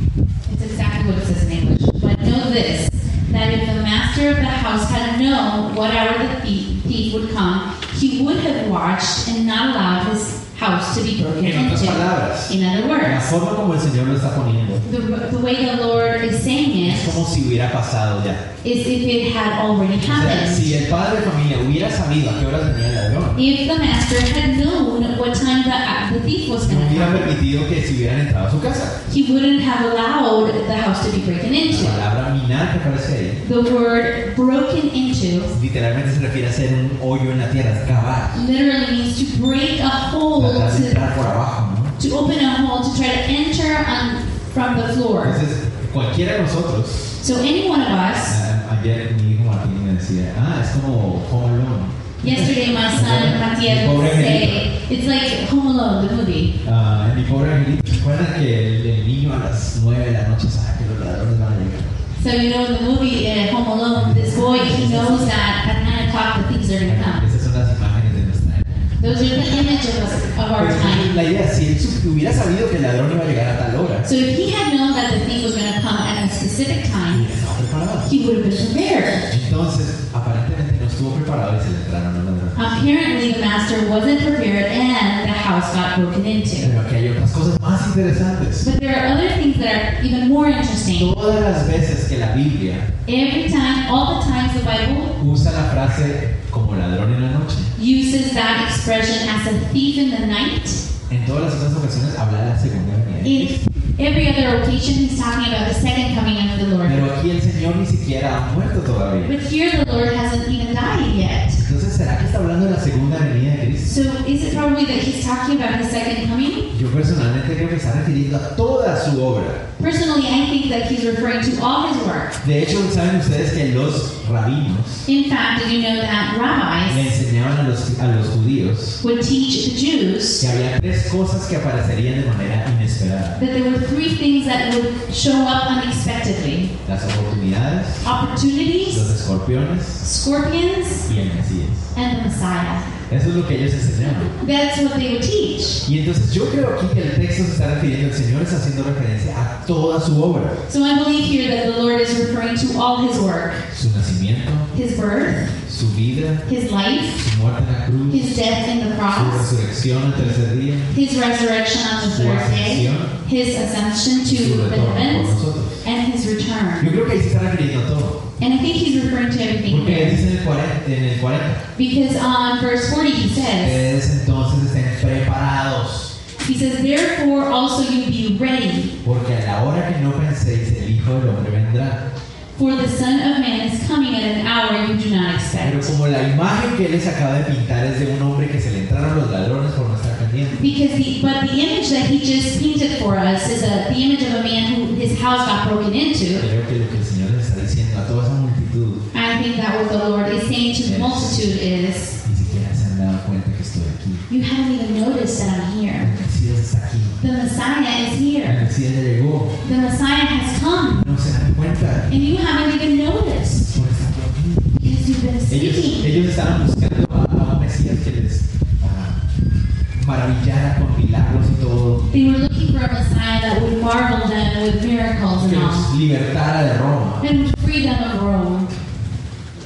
S2: It's exactly what it says in English. But know this, that if the master of the house had known what hour the thief, thief would come, he would have watched and not allowed his house to be broken
S1: En otras
S2: into.
S1: palabras,
S2: In other
S1: la
S2: words,
S1: forma como el Señor lo está poniendo
S2: the, the way the Lord is saying
S1: es
S2: it
S1: como si hubiera pasado ya.
S2: is if it had already
S1: O sea,
S2: happened.
S1: si el padre de familia hubiera sabido a qué hora venía el ladrón,
S2: If the master had known what time the, the thief was
S1: no
S2: going to
S1: hubiera
S2: come,
S1: permitido que se hubieran entrado a su casa.
S2: he wouldn't have allowed the house to be broken into.
S1: La palabra minar que aparece ahí
S2: The word broken into
S1: literalmente se refiere a hacer un hoyo en la tierra, cavar,
S2: literally means to break a hole,
S1: tratar de
S2: to,
S1: entrar por abajo, ¿no?
S2: to open a hole, to try to enter on, from the floor.
S1: Entonces, cualquiera de nosotros
S2: So, any one of us,
S1: Ah, Ayer mi hijo Martín me decía, ah, es como Home Alone.
S2: yesterday my son Matias would say, it's like Home Alone, the movie.
S1: Ah, mi pobre angelito, recuerda que el, el niño a las 9 de la noche sabe que los ladrones van a llegar.
S2: So, you know, in the movie uh, Home Alone, this boy, he knows that at 9 o'clock the thieves are going to come.
S1: Esas son las imágenes de nuestra época.
S2: Those are the images of, us- of our
S1: Pero
S2: time.
S1: la idea, si él sup- hubiera sabido que el ladrón iba a llegar a tal hora,
S2: So, if he had known that the thief was going to come at a specific time,
S1: hubiera estado preparado.
S2: he would have been prepared.
S1: Entonces, aparentemente no estuvo preparado y se le entraron los ladrones.
S2: Ah, Apparently, the master wasn't prepared and the house got broken into.
S1: Pero aquí hay otras cosas más interesantes.
S2: But there are other things that are even more interesting.
S1: Todas las veces que la Biblia
S2: Every time, all the times the Bible
S1: usa la frase como ladrón en la noche,
S2: uses that expression as a thief in the night,
S1: En todas las otras ocasiones habla de la segunda venida. de Cristo.
S2: if every other occasion he's talking about the second coming of the Lord.
S1: Pero aquí el Señor ni siquiera ha muerto todavía.
S2: But here the Lord hasn't even died yet.
S1: Entonces, ¿será que está hablando de la segunda venida de Cristo?
S2: So is it probably that he's talking about his second coming?
S1: Yo personalmente creo que está refiriendo a toda su obra.
S2: Personally, I think that he's referring to all his work.
S1: De hecho, saben ustedes que los rabinos
S2: In fact, did you know that
S1: le
S2: rabbis
S1: enseñaban a los, a los judíos
S2: would teach the Jews
S1: que había tres cosas que aparecerían de manera inesperada.
S2: that there were three things that would show up unexpectedly
S1: Las oportunidades, los
S2: opportunities,
S1: escorpiones
S2: scorpions,
S1: y el Mesías.
S2: and the Messiah.
S1: Eso es lo que ellos enseñaban.
S2: That's what they would teach.
S1: Y entonces yo creo aquí que el texto se está refiriendo, el Señor está haciendo referencia a toda su obra.
S2: So I believe here that the Lord is referring to all his work
S1: Su nacimiento,
S2: his birth,
S1: su vida,
S2: his life,
S1: su muerte en la cruz,
S2: his death in the
S1: su
S2: cross,
S1: resurrección al tercer día,
S2: his resurrection on the
S1: su
S2: third day,
S1: ascensión,
S2: his ascension to
S1: su
S2: the
S1: retorno por
S2: heavens,
S1: nosotros.
S2: and his return.
S1: Yo creo que ahí se está refiriendo a todo.
S2: And I think he's referring to everything
S1: Porque le
S2: here.
S1: dice en el 40, en el 40
S2: Because on verse 40 he says,
S1: ustedes entonces estén preparados,
S2: he says, therefore also you be ready,
S1: porque a la hora que no penséis, el Hijo del Hombre vendrá.
S2: for the Son of Man is coming at an hour you do not
S1: Pero
S2: expect.
S1: como la imagen que él les acaba de pintar es de un hombre que se le entraron los ladrones por no estar pendiente,
S2: Because the, but the image that he just painted for us is a, the image of a man who his house got broken into.
S1: creo que lo que el Señor les está diciendo a toda esa multitud,
S2: I think that what the Lord is saying to the multitude is,
S1: ni siquiera se han dado cuenta que estoy aquí.
S2: you haven't even noticed that I'm
S1: El
S2: here.
S1: Mesías está aquí,
S2: The Messiah is here.
S1: el Mesías ya llegó,
S2: The Messiah has come,
S1: no se dan cuenta,
S2: and you haven't even noticed
S1: por estar aquí.
S2: because you've been
S1: Ellos,
S2: speaking.
S1: ellos estaban buscando a, a un Mesías que les ah, maravillara con milagros y todo,
S2: They were looking for a Messiah that would marvel them with miracles
S1: que
S2: and all,
S1: los libertara de Roma.
S2: and would free them of Rome.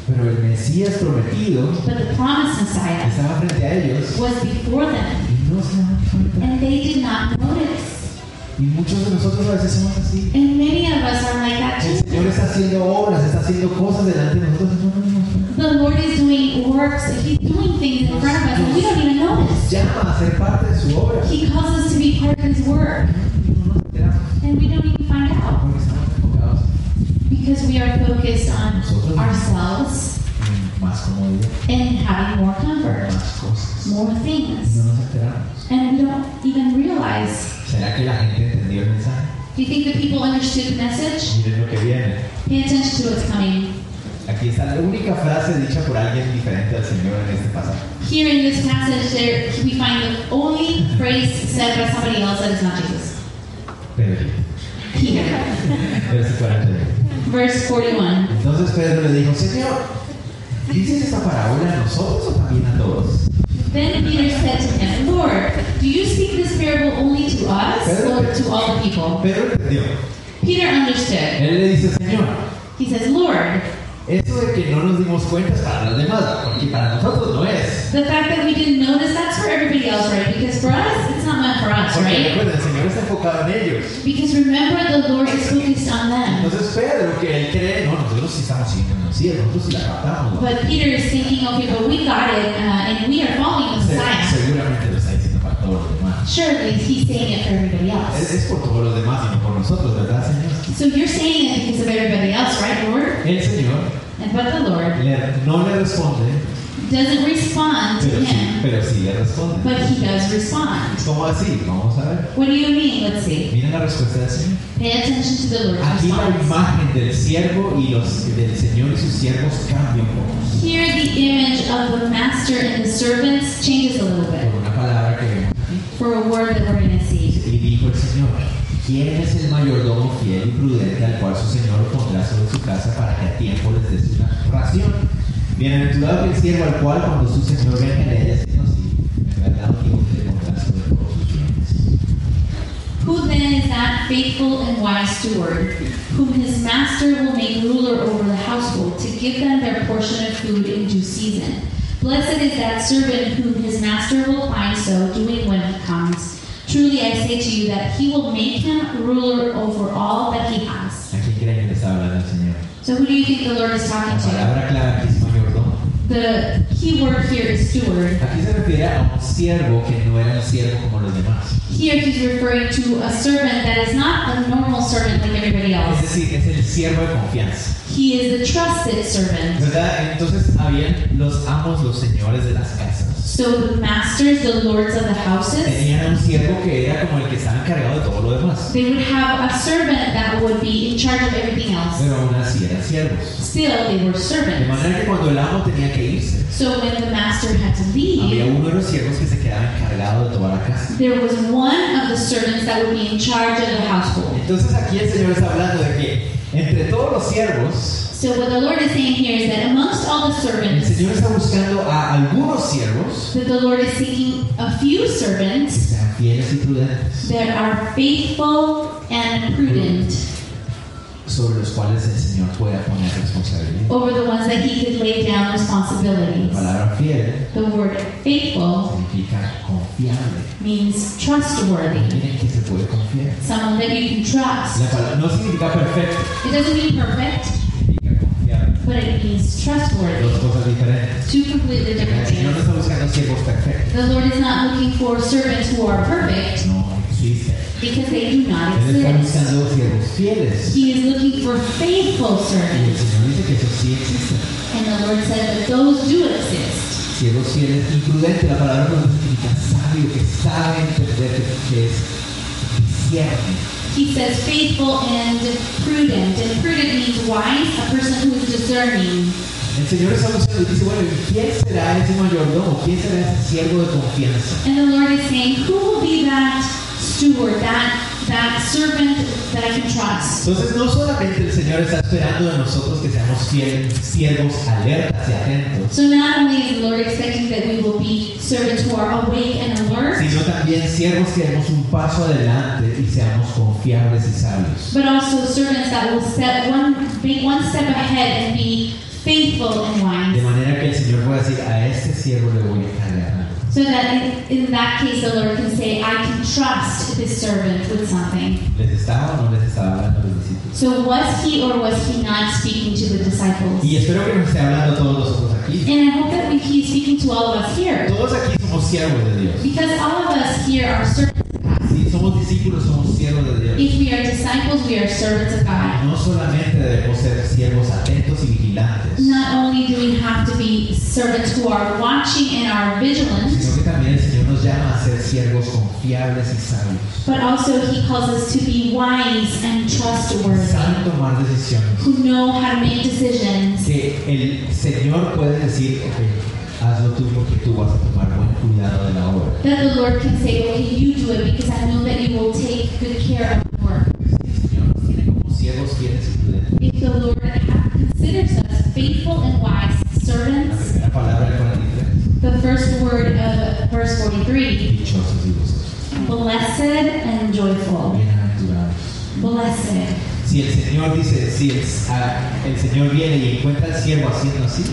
S1: Pero el Mesías prometido
S2: But the promised Messiah
S1: estaba frente a ellos
S2: was before them,
S1: y no se dan cuenta.
S2: and they did not notice.
S1: Y muchos de nosotros a veces somos así.
S2: And many of us are like that
S1: El
S2: too.
S1: Señor está haciendo obras, está haciendo cosas delante de nosotros. y No, no, no.
S2: The Lord is doing works, He's doing things in front of us, and we don't even
S1: Nos
S2: notice.
S1: llama a ser parte de su obra.
S2: He calls us to be part of His work,
S1: Y no nos enteramos
S2: and we don't even find out
S1: porque estamos enfocados
S2: because we are focused on ourselves
S1: en más comodidad,
S2: and having more comfort.
S1: en más cosas.
S2: more
S1: No
S2: things.
S1: nos enteramos.
S2: And we don't even realize.
S1: ¿Será que la gente entendió el mensaje?
S2: Do you think the people understood the message?
S1: Miren lo que viene.
S2: Pay attention to what's coming.
S1: Aquí está la única frase dicha por alguien diferente al Señor en este pasaje.
S2: Here in this passage, there we find the only phrase said by somebody else that is not Jesus.
S1: Pedro.
S2: Here,
S1: Verso 41.
S2: verse 41.
S1: Entonces Pedro le dijo, Señor, ¿dices esta parábola a nosotros o también a todos?
S2: Then Peter said to him, Lord, do you speak this parable only to us or to all the people?
S1: Pedro entendió.
S2: Peter understood.
S1: Él le dice, Señor,
S2: He says, Lord,
S1: eso de que no nos dimos cuenta es para los demás, porque para nosotros no es.
S2: the fact that we didn't notice, that's for everybody else, right? Because for us, it's not meant for us,
S1: Porque
S2: right?
S1: recuerda, el Señor está enfocado en ellos.
S2: Because remember, the Lord is focused on them.
S1: Entonces Pedro, que él cree, no, nosotros sí estamos siguiendo el cielo, nosotros sí la captamos.
S2: But Peter is thinking, okay, but we got it, uh, and we are following the
S1: Se-
S2: Messiah.
S1: Seguramente lo está diciendo para todos los demás.
S2: Surely he's saying it for everybody
S1: Es,
S2: else.
S1: es por todos los demás y no por nosotros, ¿verdad, Señor?
S2: So you're saying it because of everybody else, right, Lord?
S1: El Señor
S2: And but the Lord
S1: le- no le responde,
S2: doesn't respond to
S1: pero sí,
S2: him,
S1: pero sí le responde.
S2: but he does respond.
S1: ¿Cómo así? Vamos a ver.
S2: What do you mean? Let's see.
S1: Miren la respuesta del Señor.
S2: Pay attention to the Lord's
S1: Aquí la
S2: response.
S1: imagen del siervo y los del Señor y sus siervos cambia un poco.
S2: Here, the image of the master and the servants changes a little bit
S1: Por una palabra que vemos aquí.
S2: for a word that we're going to see.
S1: Y dijo el Señor, ¿quién es el mayordomo fiel y prudente al cual su Señor pondrá sobre su casa para que a tiempo les des una ración? Bienaventurado que el siervo al cual cuando su Señor venga le haya sido así, en verdad que usted pondrá sobre todos sus bienes.
S2: Who then is that faithful and wise steward, whom his master will make ruler over the household, to give them their portion of food in due season? Blessed is that servant whom his master will find so doing when he comes. Truly I say to you that he will make him ruler over all that he has.
S1: ¿A quién creen que le está hablando el Señor?
S2: So who do you think the Lord is talking
S1: La
S2: to?
S1: palabra clara aquí es mayordomo.
S2: The key word here is steward.
S1: Aquí se refiere a un siervo que no era un siervo como los demás.
S2: Here he's referring to a servant that is not a normal servant like everybody else.
S1: Es decir, es el siervo de confianza.
S2: He is the trusted servant.
S1: ¿Verdad? Entonces habían los amos, los señores de las casas.
S2: So the masters, the lords of the houses,
S1: Tenían un siervo que era como el que estaba encargado de todo lo demás.
S2: they would have a servant that would be in charge of everything else.
S1: Pero aún así eran siervos.
S2: Still, they were
S1: De
S2: servants.
S1: manera que cuando el amo tenía que irse,
S2: So when the master had to
S1: había
S2: leave,
S1: uno de los siervos que se quedaba encargado de toda la casa.
S2: there was one of the servants that would be in charge of the household.
S1: Entonces aquí el Señor está hablando de que entre todos los siervos,
S2: So what the Lord is saying here is that amongst all the
S1: el
S2: servants,
S1: Señor está buscando a algunos siervos
S2: that the Lord is seeking a few
S1: que
S2: servants
S1: sean fieles y prudentes,
S2: that are faithful and prudent
S1: sobre los cuales el Señor pueda poner responsabilidad.
S2: over the ones that He could lay down
S1: La
S2: responsibilities.
S1: palabra fiel
S2: The word faithful
S1: significa confiable.
S2: means trustworthy,
S1: Alguien en que se puede confiar.
S2: someone that you can
S1: La
S2: trust.
S1: palabra no significa perfecto,
S2: It doesn't mean perfect,
S1: significa confiable.
S2: but it means trustworthy.
S1: Dos cosas diferentes.
S2: Two completely
S1: El
S2: different
S1: Señor no
S2: things.
S1: está buscando siervos perfectos.
S2: The Lord is not looking for servants who are perfect
S1: No existe.
S2: because they do not
S1: Él está
S2: exist.
S1: buscando siervos fieles.
S2: He is looking for
S1: Y
S2: faithful
S1: el
S2: servants.
S1: Señor dice que esos sí existen.
S2: And the Lord said that those do exist.
S1: Siervos fieles y prudentes. La palabra prudente significa sabio, que sabe entender que- que es discierne.
S2: He says faithful and prudent. And prudent means wise, a person who is discerning.
S1: El Señor está buscando y dice, bueno, ¿y quién será ese mayordomo? ¿Quién será ese siervo de confianza?
S2: And the Lord is saying, Who will be that steward, that that servant that I can trust?
S1: Entonces no solamente el Señor está esperando de nosotros que seamos fieles, siervos alertas y atentos,
S2: So not only is the Lord expecting that we will be servants who are awake and alert,
S1: sino también siervos que demos un paso adelante y seamos confiables y sabios.
S2: but also servants that will step one make one step ahead and be faithful and
S1: De
S2: wise.
S1: manera que el Señor pueda decir, a este siervo le voy a encargar.
S2: So that in, in that case the Lord can say, I can trust this servant with something.
S1: ¿Les estaba o no les estaba hablando a los discípulos?
S2: So was he or was he not speaking to the disciples?
S1: Y espero que nos esté hablando a todos nosotros aquí.
S2: And I hope that we, he's speaking to all of us here.
S1: Todos aquí somos siervos de Dios.
S2: Because all of us here are servants of God.
S1: Si somos discípulos, somos siervos de Dios.
S2: If we are disciples, we are servants of God.
S1: No solamente debemos ser siervos atentos y vigilantes,
S2: Not only do we have to be servants who are watching and are vigilant,
S1: sino que también el Señor nos llama a ser siervos confiables y sabios,
S2: but also He calls us to be wise and
S1: que
S2: trustworthy,
S1: saben tomar decisiones.
S2: who know how to make decisions.
S1: Que el Señor puede decir, ok, hazlo tú porque tú vas a tomar buen cuidado de la obra.
S2: That the Lord can say, okay, you do it because I know that you will take good care of the work.
S1: El Señor nos tiene como siervos fieles y prudentes.
S2: If the Lord considers us faithful and wise
S1: La
S2: servants,
S1: primera palabra del 43,
S2: the first word of verse 43,
S1: dichosos y gozosos,
S2: blessed and joyful.
S1: bienaventurados.
S2: Blessed.
S1: Si el Señor dice, si el, ah, el Señor viene y encuentra al siervo haciendo así,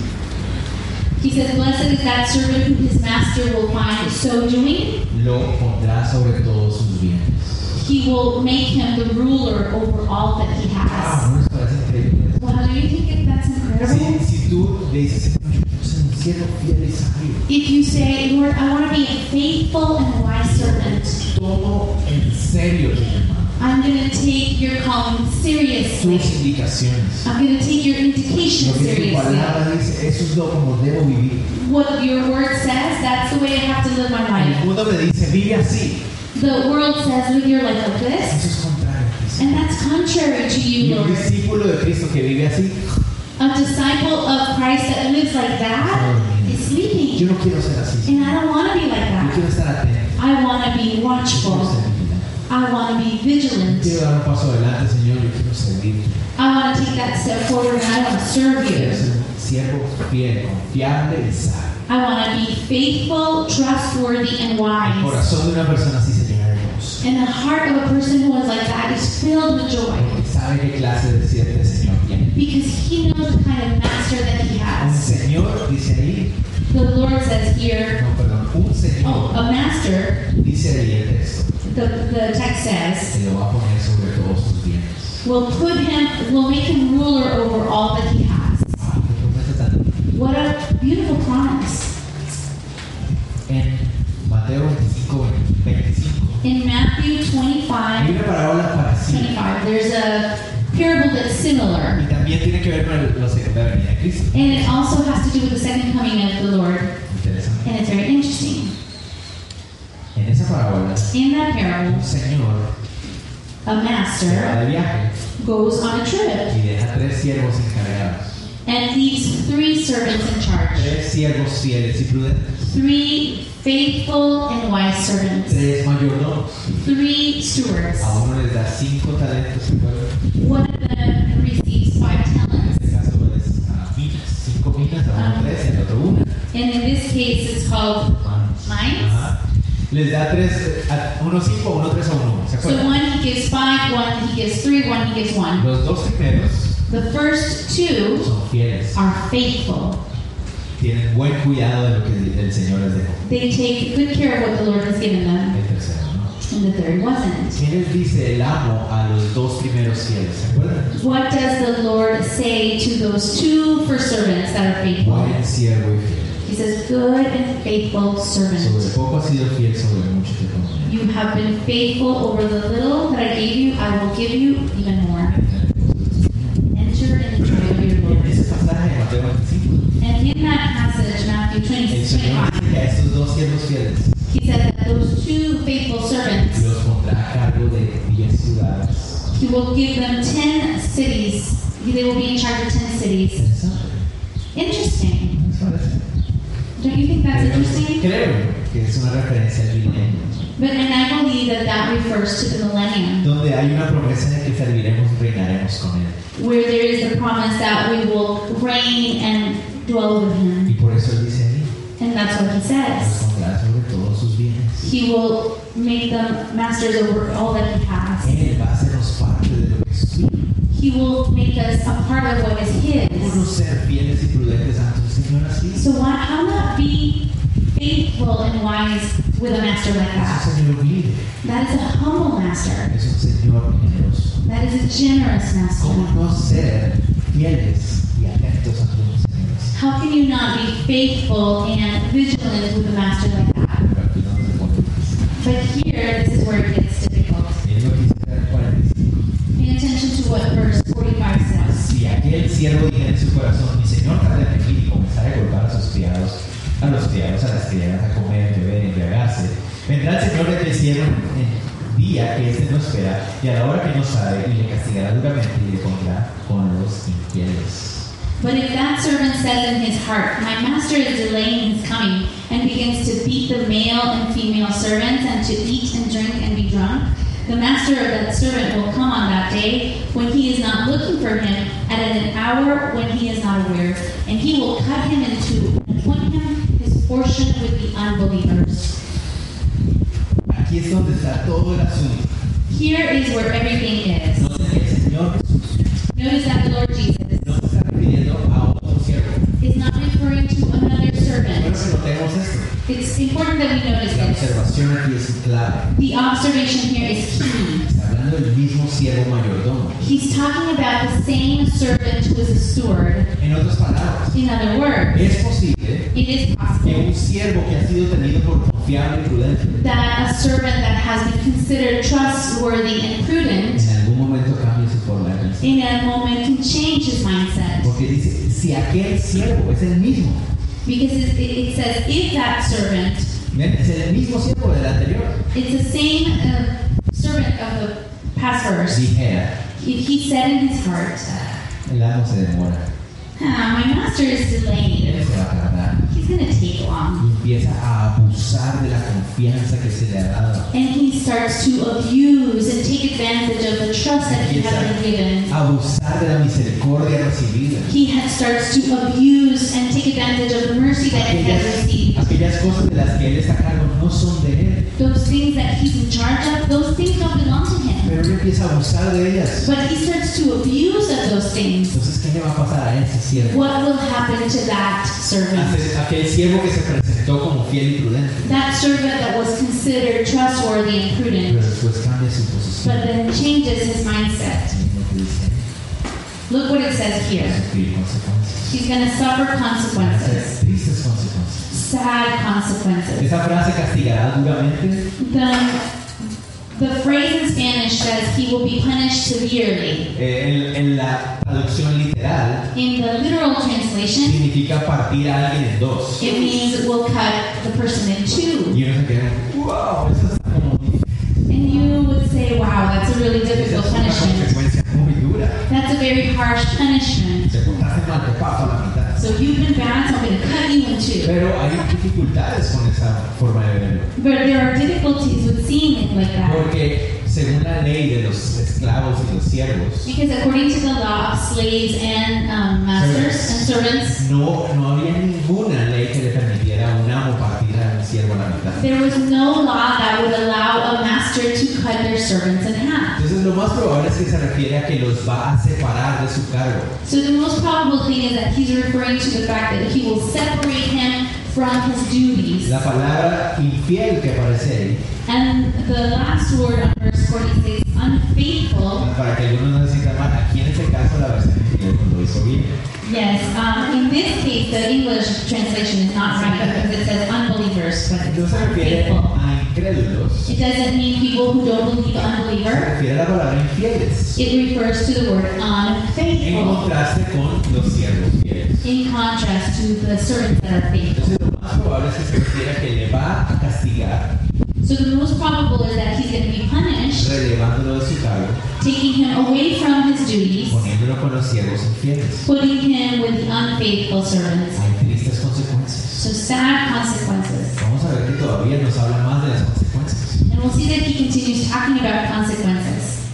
S2: He says, Blessed is that servant whom his master will find so doing.
S1: lo pondrá sobre todos sus bienes.
S2: He will make him the ruler over all that he has.
S1: Ah, ¿no les parece increíble?
S2: Wow, do you think that that's incredible?
S1: Si, si tú le dices, Señor, yo quiero ser un siervo fiel y sabio,
S2: If you say, Lord, I want to be a faithful and wise servant,
S1: tomo en serio tu llamado,
S2: I'm going to take your calling seriously.
S1: tus indicaciones,
S2: I'm going to take your indication
S1: lo que tu
S2: seriously.
S1: palabra dice, eso es lo como debo vivir.
S2: What your word says, that's the way I have to live my
S1: El
S2: life.
S1: mundo me dice, vive así,
S2: The world says, live your life like this,
S1: eso es contrario a Cristo.
S2: and that's contrary to
S1: Y
S2: you,
S1: un
S2: Lord.
S1: discípulo de Cristo que vive así,
S2: A disciple of Christ that lives like that is sleeping.
S1: yo no quiero ser así,
S2: And I don't want to be like
S1: yo
S2: that.
S1: quiero estar atento,
S2: I want to be
S1: yo quiero
S2: watchful.
S1: ser vigilante.
S2: I want to be
S1: Yo
S2: vigilant.
S1: quiero dar un paso adelante, Señor, yo quiero servirte,
S2: I want to take that step forward and I want to serve
S1: quiero
S2: you.
S1: ser un siervo fiel, confiable y sabio.
S2: I want to be faithful, trustworthy, and
S1: El
S2: wise.
S1: corazón de una persona así se llena de gozo.
S2: And the heart of a person who is like that is filled with joy
S1: Porque sabe qué clase de siervo el Señor tiene.
S2: because he knows the kind of master that he
S1: Un
S2: has.
S1: Señor dice ahí,
S2: The Lord says here,
S1: no, perdón, un
S2: oh,
S1: Señor
S2: a master,
S1: dice ahí el texto,
S2: the, the text says,
S1: se lo va a poner sobre todos sus bienes.
S2: will put him, will make him ruler over all that he has.
S1: Ah, qué promesa tan linda.
S2: What a beautiful promise.
S1: En Mateo 25, 25,
S2: In Matthew
S1: hay
S2: 25,
S1: una parábola para sí.
S2: 25, there's a parable that's similar.
S1: Y también también tiene que ver con la segunda venida de Cristo.
S2: And it also has to do with the second coming of the Lord, and
S1: Interesante.
S2: it's very interesting.
S1: En esa parábola,
S2: In that parable,
S1: un señor
S2: a
S1: se
S2: master
S1: va de viaje
S2: goes on a trip
S1: y deja tres siervos encargados.
S2: and leaves three servants in charge
S1: Tres siervos fieles y prudentes.
S2: three faithful and wise servants,
S1: Tres mayordomos.
S2: three stewards.
S1: A uno les da cinco talentos de pueblo.
S2: One of them receives five talents,
S1: En este caso es a minas. Cinco minas, a uno tres, el otro una.
S2: and in this case, it's called
S1: Manos.
S2: Mines.
S1: Ajá. Les da tres, a uno cinco, uno tres a uno. ¿Se
S2: so
S1: acuerdan?
S2: one he gives five, one he gives three, one he gives one.
S1: Los dos primeros
S2: The first two
S1: son fieles.
S2: are faithful.
S1: Tienen buen cuidado de lo que el Señor les dejó.
S2: They take good care of what the Lord has given them,
S1: El tercero, ¿no?
S2: and the third wasn't.
S1: ¿Qué les dice el amo a los dos primeros fieles? ¿Se acuerdan?
S2: What does the Lord say to those two first servants that are faithful?
S1: Buen siervo y fiel.
S2: He says, Good and faithful
S1: Sobre
S2: servant.
S1: poco has sido fiel, sobre mucho te pondré.
S2: You have been faithful over the little that I gave you, I will give you even more. Enter in the joy of your
S1: En
S2: Lord.
S1: ese pasaje de Mateo 25,
S2: And in that passage, Matthew 20,
S1: el Señor
S2: 25,
S1: dice que a estos dos siervos fieles
S2: he said that those two faithful servants,
S1: los pondrá a cargo de 10 ciudades.
S2: he will give them 10 cities. They will be in charge of 10 cities.
S1: Interesante,
S2: Interesting.
S1: ¿no les parece?
S2: Don't you think that's
S1: Creo-
S2: interesting?
S1: Creo que es una referencia al milenio,
S2: But and I believe that that refers to the millennium,
S1: donde hay una promesa de que serviremos y reinaremos con Él.
S2: where there is the promise that we will reign and dwell with
S1: Y
S2: him.
S1: por eso Él dice ahí,
S2: And that's what he
S1: los
S2: says.
S1: pondrá sobre todos sus bienes.
S2: He will make them masters over all that he has.
S1: Él va a hacernos parte de lo que es suyo.
S2: He will make us a part of what is his.
S1: Uno ser fieles y prudentes ante el Señor así.
S2: So why, how not be faithful and wise with a master like that?
S1: Es un Señor libre,
S2: That is a humble master.
S1: es un Señor generoso.
S2: That is a generous
S1: ¿Cómo
S2: master.
S1: no ser fieles y atentos ante los señores?
S2: How can you not be faithful and vigilant with a master like that?
S1: Pero aquí no se pone más.
S2: But here, this is where it gets difficult.
S1: Él no quiso ser 45.
S2: Pay attention to what verse 45 says.
S1: Si aquel siervo dijera en su corazón, mi Señor tarde en venir y comenzar a golpear a sus criados, a los criados, a las criadas, a comer, beber, embriagarse, vendrá el Señor desde el cielo en día que éste no espera y a la hora que no sabe y le castigará duramente y le pondrá con los infieles.
S2: But if that servant says in his heart, My master is delaying his coming, and begins to beat the male and female servants, and to eat and drink and be drunk, the master of that servant will come on that day when he is not looking for him, at an hour when he is not aware, and he will cut him in two, and appoint him his portion with the unbelievers.
S1: Aquí es donde está todo el asunto.
S2: Here is where everything is.
S1: Noten que el Señor Jesús
S2: Notice that the Lord Jesus
S1: no se está refiriendo a otro siervo.
S2: is not referring to another
S1: Bueno,
S2: servant.
S1: que notemos esto.
S2: It's important that we notice
S1: La
S2: this.
S1: observación aquí es clave.
S2: The observation here is key.
S1: Está hablando del mismo siervo mayordomo.
S2: He's talking about the same servant who is a steward.
S1: En otras palabras,
S2: In other words,
S1: es posible
S2: it is
S1: que
S2: possible
S1: un siervo que ha sido tenido por confiable y prudente
S2: that a servant that has been considered trustworthy and prudent
S1: en algún momento cambie su forma de pensar.
S2: in a moment can change his mindset.
S1: Porque dice, si aquel siervo es el mismo,
S2: Because it, it it says, if that servant,
S1: ¿ven? es el mismo siervo del anterior,
S2: it's the same uh, servant of the past verse,
S1: dijera,
S2: if he said in his heart,
S1: el amo se demora,
S2: ah, my master is delaying,
S1: él se va a tardar,
S2: he's going to take long.
S1: y empieza a abusar de la confianza que se le ha dado,
S2: And he starts to abuse and take advantage of the trust that he has been given.
S1: abusar de la misericordia recibida.
S2: He had, starts to abuse and take advantage of the mercy that he has received.
S1: aquellas cosas de las que él está a cargo no son de él,
S2: Those things that he's in charge of, those things don't belong to him.
S1: pero él empieza a abusar de ellas.
S2: But he starts to abuse of those things.
S1: Entonces, ¿qué le va a pasar a ese siervo?
S2: What will happen to that servant?
S1: Aquel- Aquel siervo que se presentó como fiel y prudente,
S2: That servant that was considered trustworthy and
S1: pero
S2: prudent,
S1: después cambia su posición.
S2: but then changes his mindset.
S1: Es lo que dice,
S2: Look what it says
S1: va a
S2: here.
S1: sufrir consecuencias.
S2: He's going to suffer
S1: Van a ser
S2: consequences,
S1: tristes consecuencias.
S2: sad consequences.
S1: Esa frase castigará duramente
S2: The The phrase in Spanish says he will be punished severely.
S1: Eh, en, en la traducción literal
S2: In the literal translation,
S1: significa partir a alguien en dos.
S2: it means it will cut the person in two.
S1: Y uno se queda, wow, eso es como
S2: And you would say, wow, that's a really
S1: esa
S2: difficult
S1: es una
S2: punishment.
S1: consecuencia muy dura.
S2: That's a very harsh punishment.
S1: Se portaste mal, te paso la mitad.
S2: So you've been bad, so I'm going to cut you in two.
S1: Pero hay dificultades con esa forma de verlo.
S2: But there are difficulties with seeing it like that.
S1: Porque según la ley de los esclavos y los siervos,
S2: Because according to the law, slaves and um, masters and servants,
S1: no, no había ninguna ley que le permitiera a un amo partir a un siervo a la mitad.
S2: there was no law that would allow a master to cut their servants in half.
S1: Entonces lo más probable es que se refiere a que los va a separar de su cargo.
S2: So the most probable thing is that he's referring to the fact that he will separate him from his duties.
S1: La palabra infiel que aparece ahí,
S2: And the last word on verse 46, unfaithful.
S1: para que algunos no se sientan mal, aquí en este caso la versión infiel lo hizo bien.
S2: Yes, um, in this case, the English translation is not right because it says unbelievers, but
S1: No
S2: it's
S1: se refiere
S2: unfaithful.
S1: a incrédulos,
S2: It doesn't mean people who don't believe
S1: se
S2: unbeliever.
S1: refiere a la palabra infieles,
S2: It refers to the word
S1: en
S2: unfaithful
S1: contraste con los siervos fieles.
S2: in contrast to the servants that are faithful.
S1: Entonces lo más probable es que se refiere a que le va a castigar
S2: So the most probable is that he's going to be punished,
S1: relevándolo de su cargo,
S2: taking him away from his duties,
S1: poniéndolo con los siervos infieles.
S2: putting him with the unfaithful servants.
S1: Hay tristes consecuencias.
S2: So sad consequences.
S1: Vamos a ver que todavía nos habla más de las consecuencias.
S2: And we'll see that he continues talking about consequences.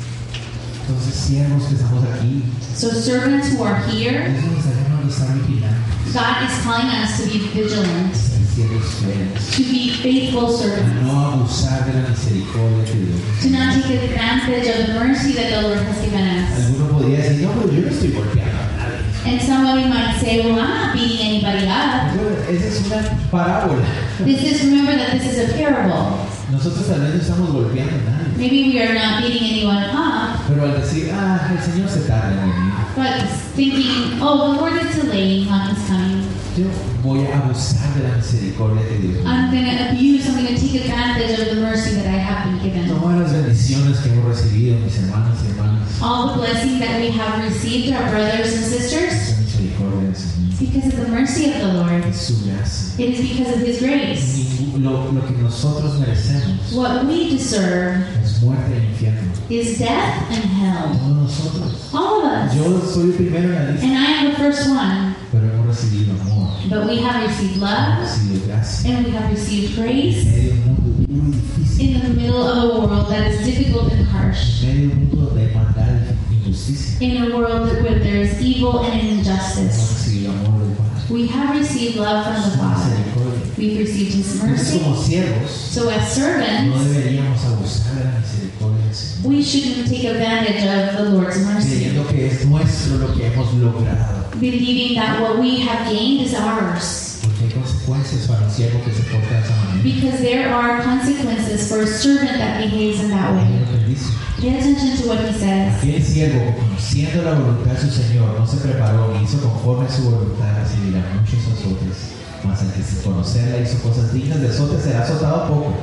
S1: Entonces, siervos que estamos aquí,
S2: So servants who are here,
S1: Dios nos hermanos nos está vigilando.
S2: God is telling us to be vigilant,
S1: Ser siervos fieles.
S2: to be faithful
S1: A
S2: servants,
S1: no abusar de la misericordia de Dios.
S2: to not take advantage of the mercy that the Lord has given us.
S1: Alguno podría decir, no, pero yo no estoy golpeando a nadie.
S2: And somebody might say, well, I'm not beating anybody up.
S1: Bueno, Esa es una parábola.
S2: This is, remember that this is a parable.
S1: Nosotros tal vez no estamos golpeando a nadie.
S2: Maybe we are not beating anyone up.
S1: Pero al decir, ah, el Señor se tarda en venir,
S2: But thinking, oh, the Lord is delaying on his coming.
S1: yo voy a abusar de la misericordia de Dios.
S2: I'm going to abuse, I'm going to take advantage of the mercy that I have been given.
S1: Todas las bendiciones que hemos recibido, mis hermanos y hermanas,
S2: All the blessing that we have received, our brothers and sisters,
S1: es la misericordia del Señor,
S2: it's because of the mercy of the Lord.
S1: es su gracia.
S2: It is because of his grace.
S1: Ningú- Lo, lo que nosotros merecemos
S2: What we deserve
S1: es muerte e infierno.
S2: is death and hell.
S1: Todos nosotros.
S2: All of us.
S1: Yo soy el primero en la lista,
S2: And I am the first one.
S1: pero hemos recibido amor,
S2: But we have received
S1: hemos
S2: love,
S1: recibido gracia.
S2: and we have received grace
S1: En medio de un mundo muy difícil,
S2: in the middle of a world that is difficult and harsh.
S1: en medio de un mundo de maldad e injusticia,
S2: in a world where there is evil and
S1: hemos
S2: injustice.
S1: recibido amor del Padre,
S2: We have received love from
S1: su
S2: the Father.
S1: misericordia.
S2: We've received His
S1: Entonces,
S2: mercy.
S1: como siervos,
S2: So, as
S1: no
S2: servants,
S1: deberíamos abusar de la misericordia del Señor,
S2: we shouldn't take advantage of the Lord's mercy,
S1: creyendo que es nuestro lo que hemos logrado.
S2: believing that what we have gained is ours.
S1: Porque hay consecuencias para un siervo que se porta de esa manera.
S2: Because there are consequences for a servant that behaves in that
S1: Ahí
S2: way.
S1: lo que él dice.
S2: Pay attention to what He says.
S1: Aquel siervo, conociendo la voluntad de su Señor, no se preparó ni hizo conforme a su voluntad, recibirá muchos azotes. Mas el que sin conocerla hizo cosas dignas de azote será azotado poco.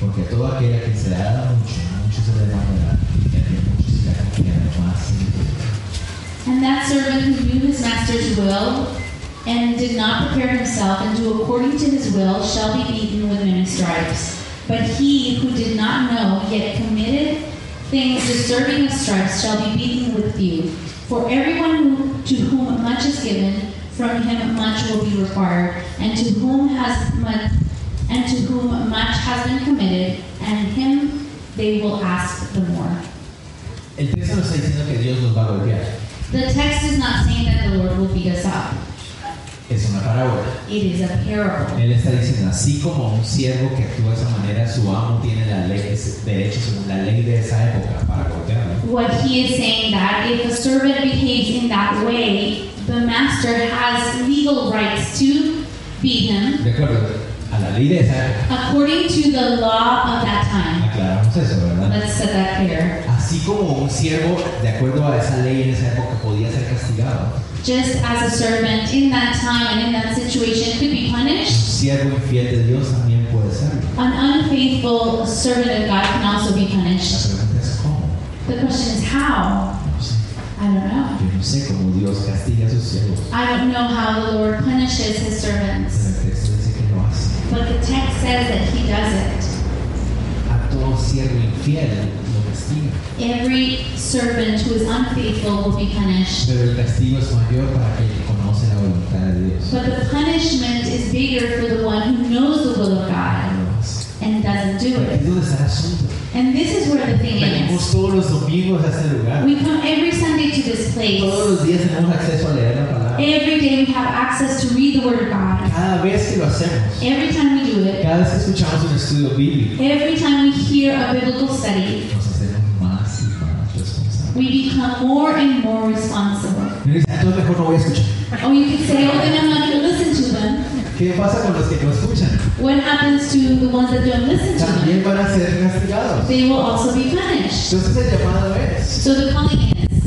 S1: Porque a todo aquel a quien se le ha dado mucho, mucho se le demandará. Y a quien mucho se le ha confiado más. se le pedirá.
S2: And that servant who knew his master's will and did not prepare himself and do according to his will shall be beaten with many stripes. But he who did not know yet committed things deserving of stripes shall be beaten with few. For everyone who, to whom much is given, from him much will be required, and to whom has much, and to whom much has been committed, and him they will ask the more.
S1: El texto nos está diciendo que Dios nos va a golpear.
S2: The text is not saying that the Lord will beat us up.
S1: Es una parábola.
S2: It is a parable.
S1: Él está diciendo, así como un siervo que actúa de esa manera, su amo tiene la ley, es- de hecho, según la ley de esa época, para golpearlo.
S2: What he is saying that if a servant behaves in that way, the master has legal rights to beat him
S1: De acuerdo, a la ley de esa época,
S2: according to the law of that time.
S1: aclaramos eso, ¿verdad?
S2: Let's set that clear.
S1: Así como un siervo, de acuerdo a esa ley en esa época, podía ser castigado,
S2: Just as a servant in that time and in that situation could be
S1: un
S2: punished,
S1: siervo infiel de Dios también puede serlo.
S2: an unfaithful servant of God can also be The question is how?
S1: No sé.
S2: I don't know.
S1: Yo no sé cómo Dios castiga a sus siervos.
S2: I don't know how the Lord punishes his
S1: Pero
S2: servants,
S1: el texto dice que lo hace.
S2: but the text says that he does it.
S1: A todo siervo infiel lo castiga.
S2: Every servant who is unfaithful will be punished.
S1: Pero el castigo es mayor para aquel que conoce la voluntad de Dios.
S2: But the punishment is bigger for the one who knows the will of God
S1: No lo hace.
S2: and doesn't do
S1: Pero aquí
S2: it.
S1: es donde está el asunto.
S2: And this is where the thing is.
S1: Venimos todos los domingos a este lugar.
S2: We come every Sunday to this
S1: Todos
S2: place.
S1: los días tenemos acceso a leer la palabra.
S2: Every day we have access to read the Word of God.
S1: Cada vez que lo hacemos,
S2: Every time we do it,
S1: cada vez que escuchamos un estudio bíblico,
S2: every time we hear a biblical study,
S1: nos hacemos más y más responsables.
S2: we become more and more responsible.
S1: Y uno dice, "Ah, Entonces mejor no voy a escuchar.
S2: Or you could say, oh, then I'm not going to listen to them.
S1: ¿Qué pasa con los que no escuchan?
S2: What happens to the ones that don't listen to them?
S1: También van a ser castigados.
S2: They will also be punished.
S1: Entonces el llamado es,
S2: So the calling is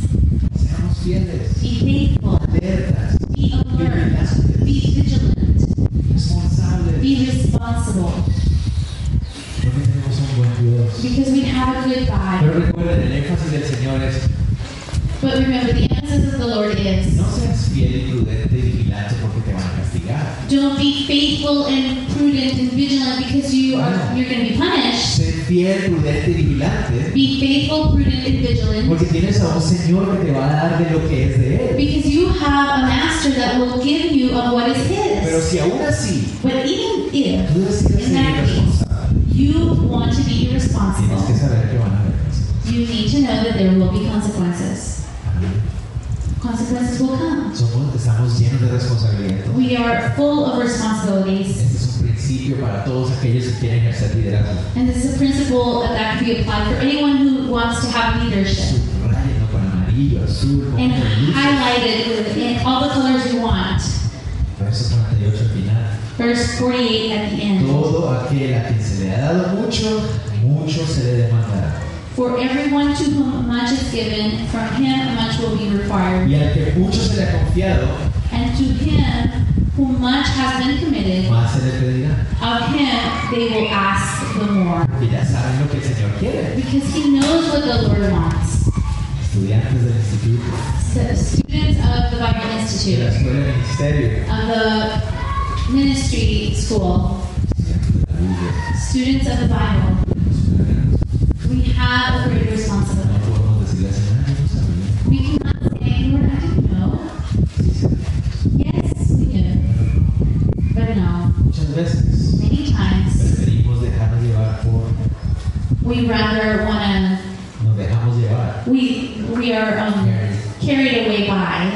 S1: seamos fieles,
S2: be faithful,
S1: alertas,
S2: be alert,
S1: vigilantes,
S2: be vigilant,
S1: responsables.
S2: be responsible,
S1: Porque tenemos un buen Dios.
S2: because we have a good God.
S1: Pero recuerden, el énfasis del Señor es,
S2: But remember, the emphasis of the Lord is
S1: no seas fiel, prudente y vigilante porque te van a castigar.
S2: don't be faithful and prudent and vigilant because you are you're going to be punished.
S1: Sé fiel, prudente y vigilante
S2: Be faithful, prudent, and vigilant
S1: porque tienes a un Señor que te va a dar de lo que es de Él.
S2: because you have a master that will give you of what is
S1: Pero
S2: his.
S1: si aún así
S2: But even if
S1: tú decides ser irresponsable,
S2: You want to be
S1: tienes que
S2: irresponsible.
S1: saber que van a haber consecuencias.
S2: You need to know that there will be consequences. Consequences will come.
S1: Somos, estamos llenos de responsabilidad.
S2: We are full of responsibilities.
S1: Este es un principio para todos aquellos que quieren ejercer liderazgo.
S2: And this is a principle that can be applied for anyone who wants to have leadership
S1: Subrayenlo con amarillo, azul, con
S2: and
S1: luces.
S2: highlighted with in all the colors you want.
S1: Verso 48 al final.
S2: Verse 48 at the end.
S1: Todo aquel a quien se le ha dado mucho, mucho se le demandará.
S2: For everyone to whom much is given, from him much will be required.
S1: Y al que mucho se le ha confiado,
S2: And to him whom much has been committed,
S1: más se le pedirá.
S2: of him they will ask the more.
S1: Porque ya saben lo que el Señor quiere.
S2: Because he knows what the Lord wants.
S1: Estudiantes del instituto,
S2: So students of the Bible
S1: de la
S2: Institute,
S1: escuela de ministerio,
S2: of the ministry school,
S1: estudiantes de la Biblia,
S2: students of the Bible,
S1: estudiantes de
S2: we have a great
S1: la
S2: responsibility.
S1: Biblia. No podemos decirle al Señor, "Ah, yo no sabía".
S2: We cannot say, Lord, I didn't know.
S1: Sí, sí.
S2: Yes, we do. But no.
S1: Muchas veces
S2: Many times,
S1: preferimos dejarnos llevar por,
S2: we rather want
S1: nos dejamos llevar
S2: to, we, we are um, carried away by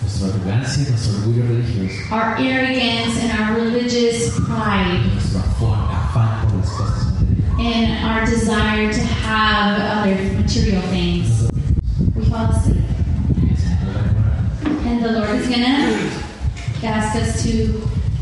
S1: nuestra arrogancia, nuestro orgullo religioso,
S2: our arrogance and our religious pride.
S1: nuestro afán, afán por las cosas materiales.
S2: and our desire to have other material
S1: Nos
S2: things.
S1: dormimos.
S2: We fall asleep.
S1: Y el Señor va a demorar.
S2: And the Lord is going to ask us to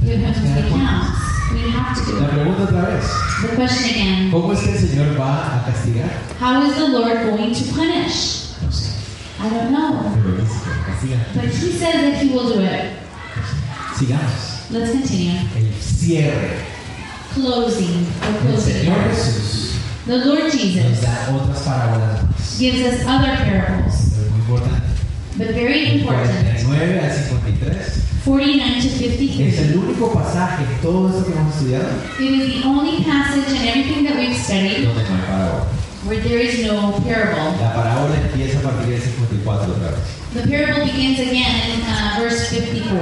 S2: give Him some accounts. We have to do
S1: La pregunta otra vez,
S2: it. The question again
S1: ¿cómo es que el Señor va a castigar?
S2: How is the Lord going to punish?
S1: No sé,
S2: I don't know.
S1: pero Él dice que va a castigar.
S2: But He says that He will do it.
S1: Sigamos.
S2: Let's continue.
S1: El cierre.
S2: Closing. Or
S1: El
S2: closing.
S1: Señor Jesús
S2: The Lord
S1: nos
S2: Jesus
S1: da otras parábolas más.
S2: gives us other parables,
S1: Pero muy importante.
S2: but very
S1: Del
S2: important.
S1: 49 al 53
S2: 49 to
S1: es
S2: 53.
S1: el único pasaje en todo esto que hemos estudiado
S2: It is the only passage in everything that we've studied
S1: donde no hay parábola.
S2: where there is no parable.
S1: La parábola empieza a partir del 54 otra vez.
S2: The parable begins again in uh, verse 54.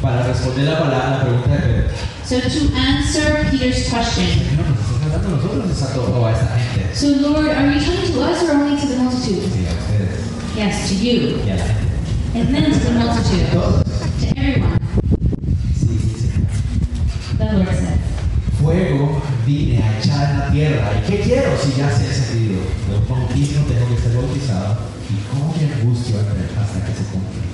S1: Para responder la palabra, la pregunta de Pedro.
S2: So to answer Peter's
S1: ¿Por
S2: question,
S1: qué no nos estás hablando a nosotros? Nos a todo- a esta gente.
S2: so Lord, are you talking to us or only to the multitude?
S1: Sí, a ustedes
S2: Yes, to you,
S1: y a la gente.
S2: and then to the
S1: A
S2: multitude,
S1: todos.
S2: to everyone.
S1: Sí, sí, sí.
S2: The Lord said,
S1: Fuego vine a echar en la tierra. ¿Y qué quiero si ya se ha encendido? De un bautismo tengo que ser bautizado. ¿Y cómo me angustio hasta que se cumpla?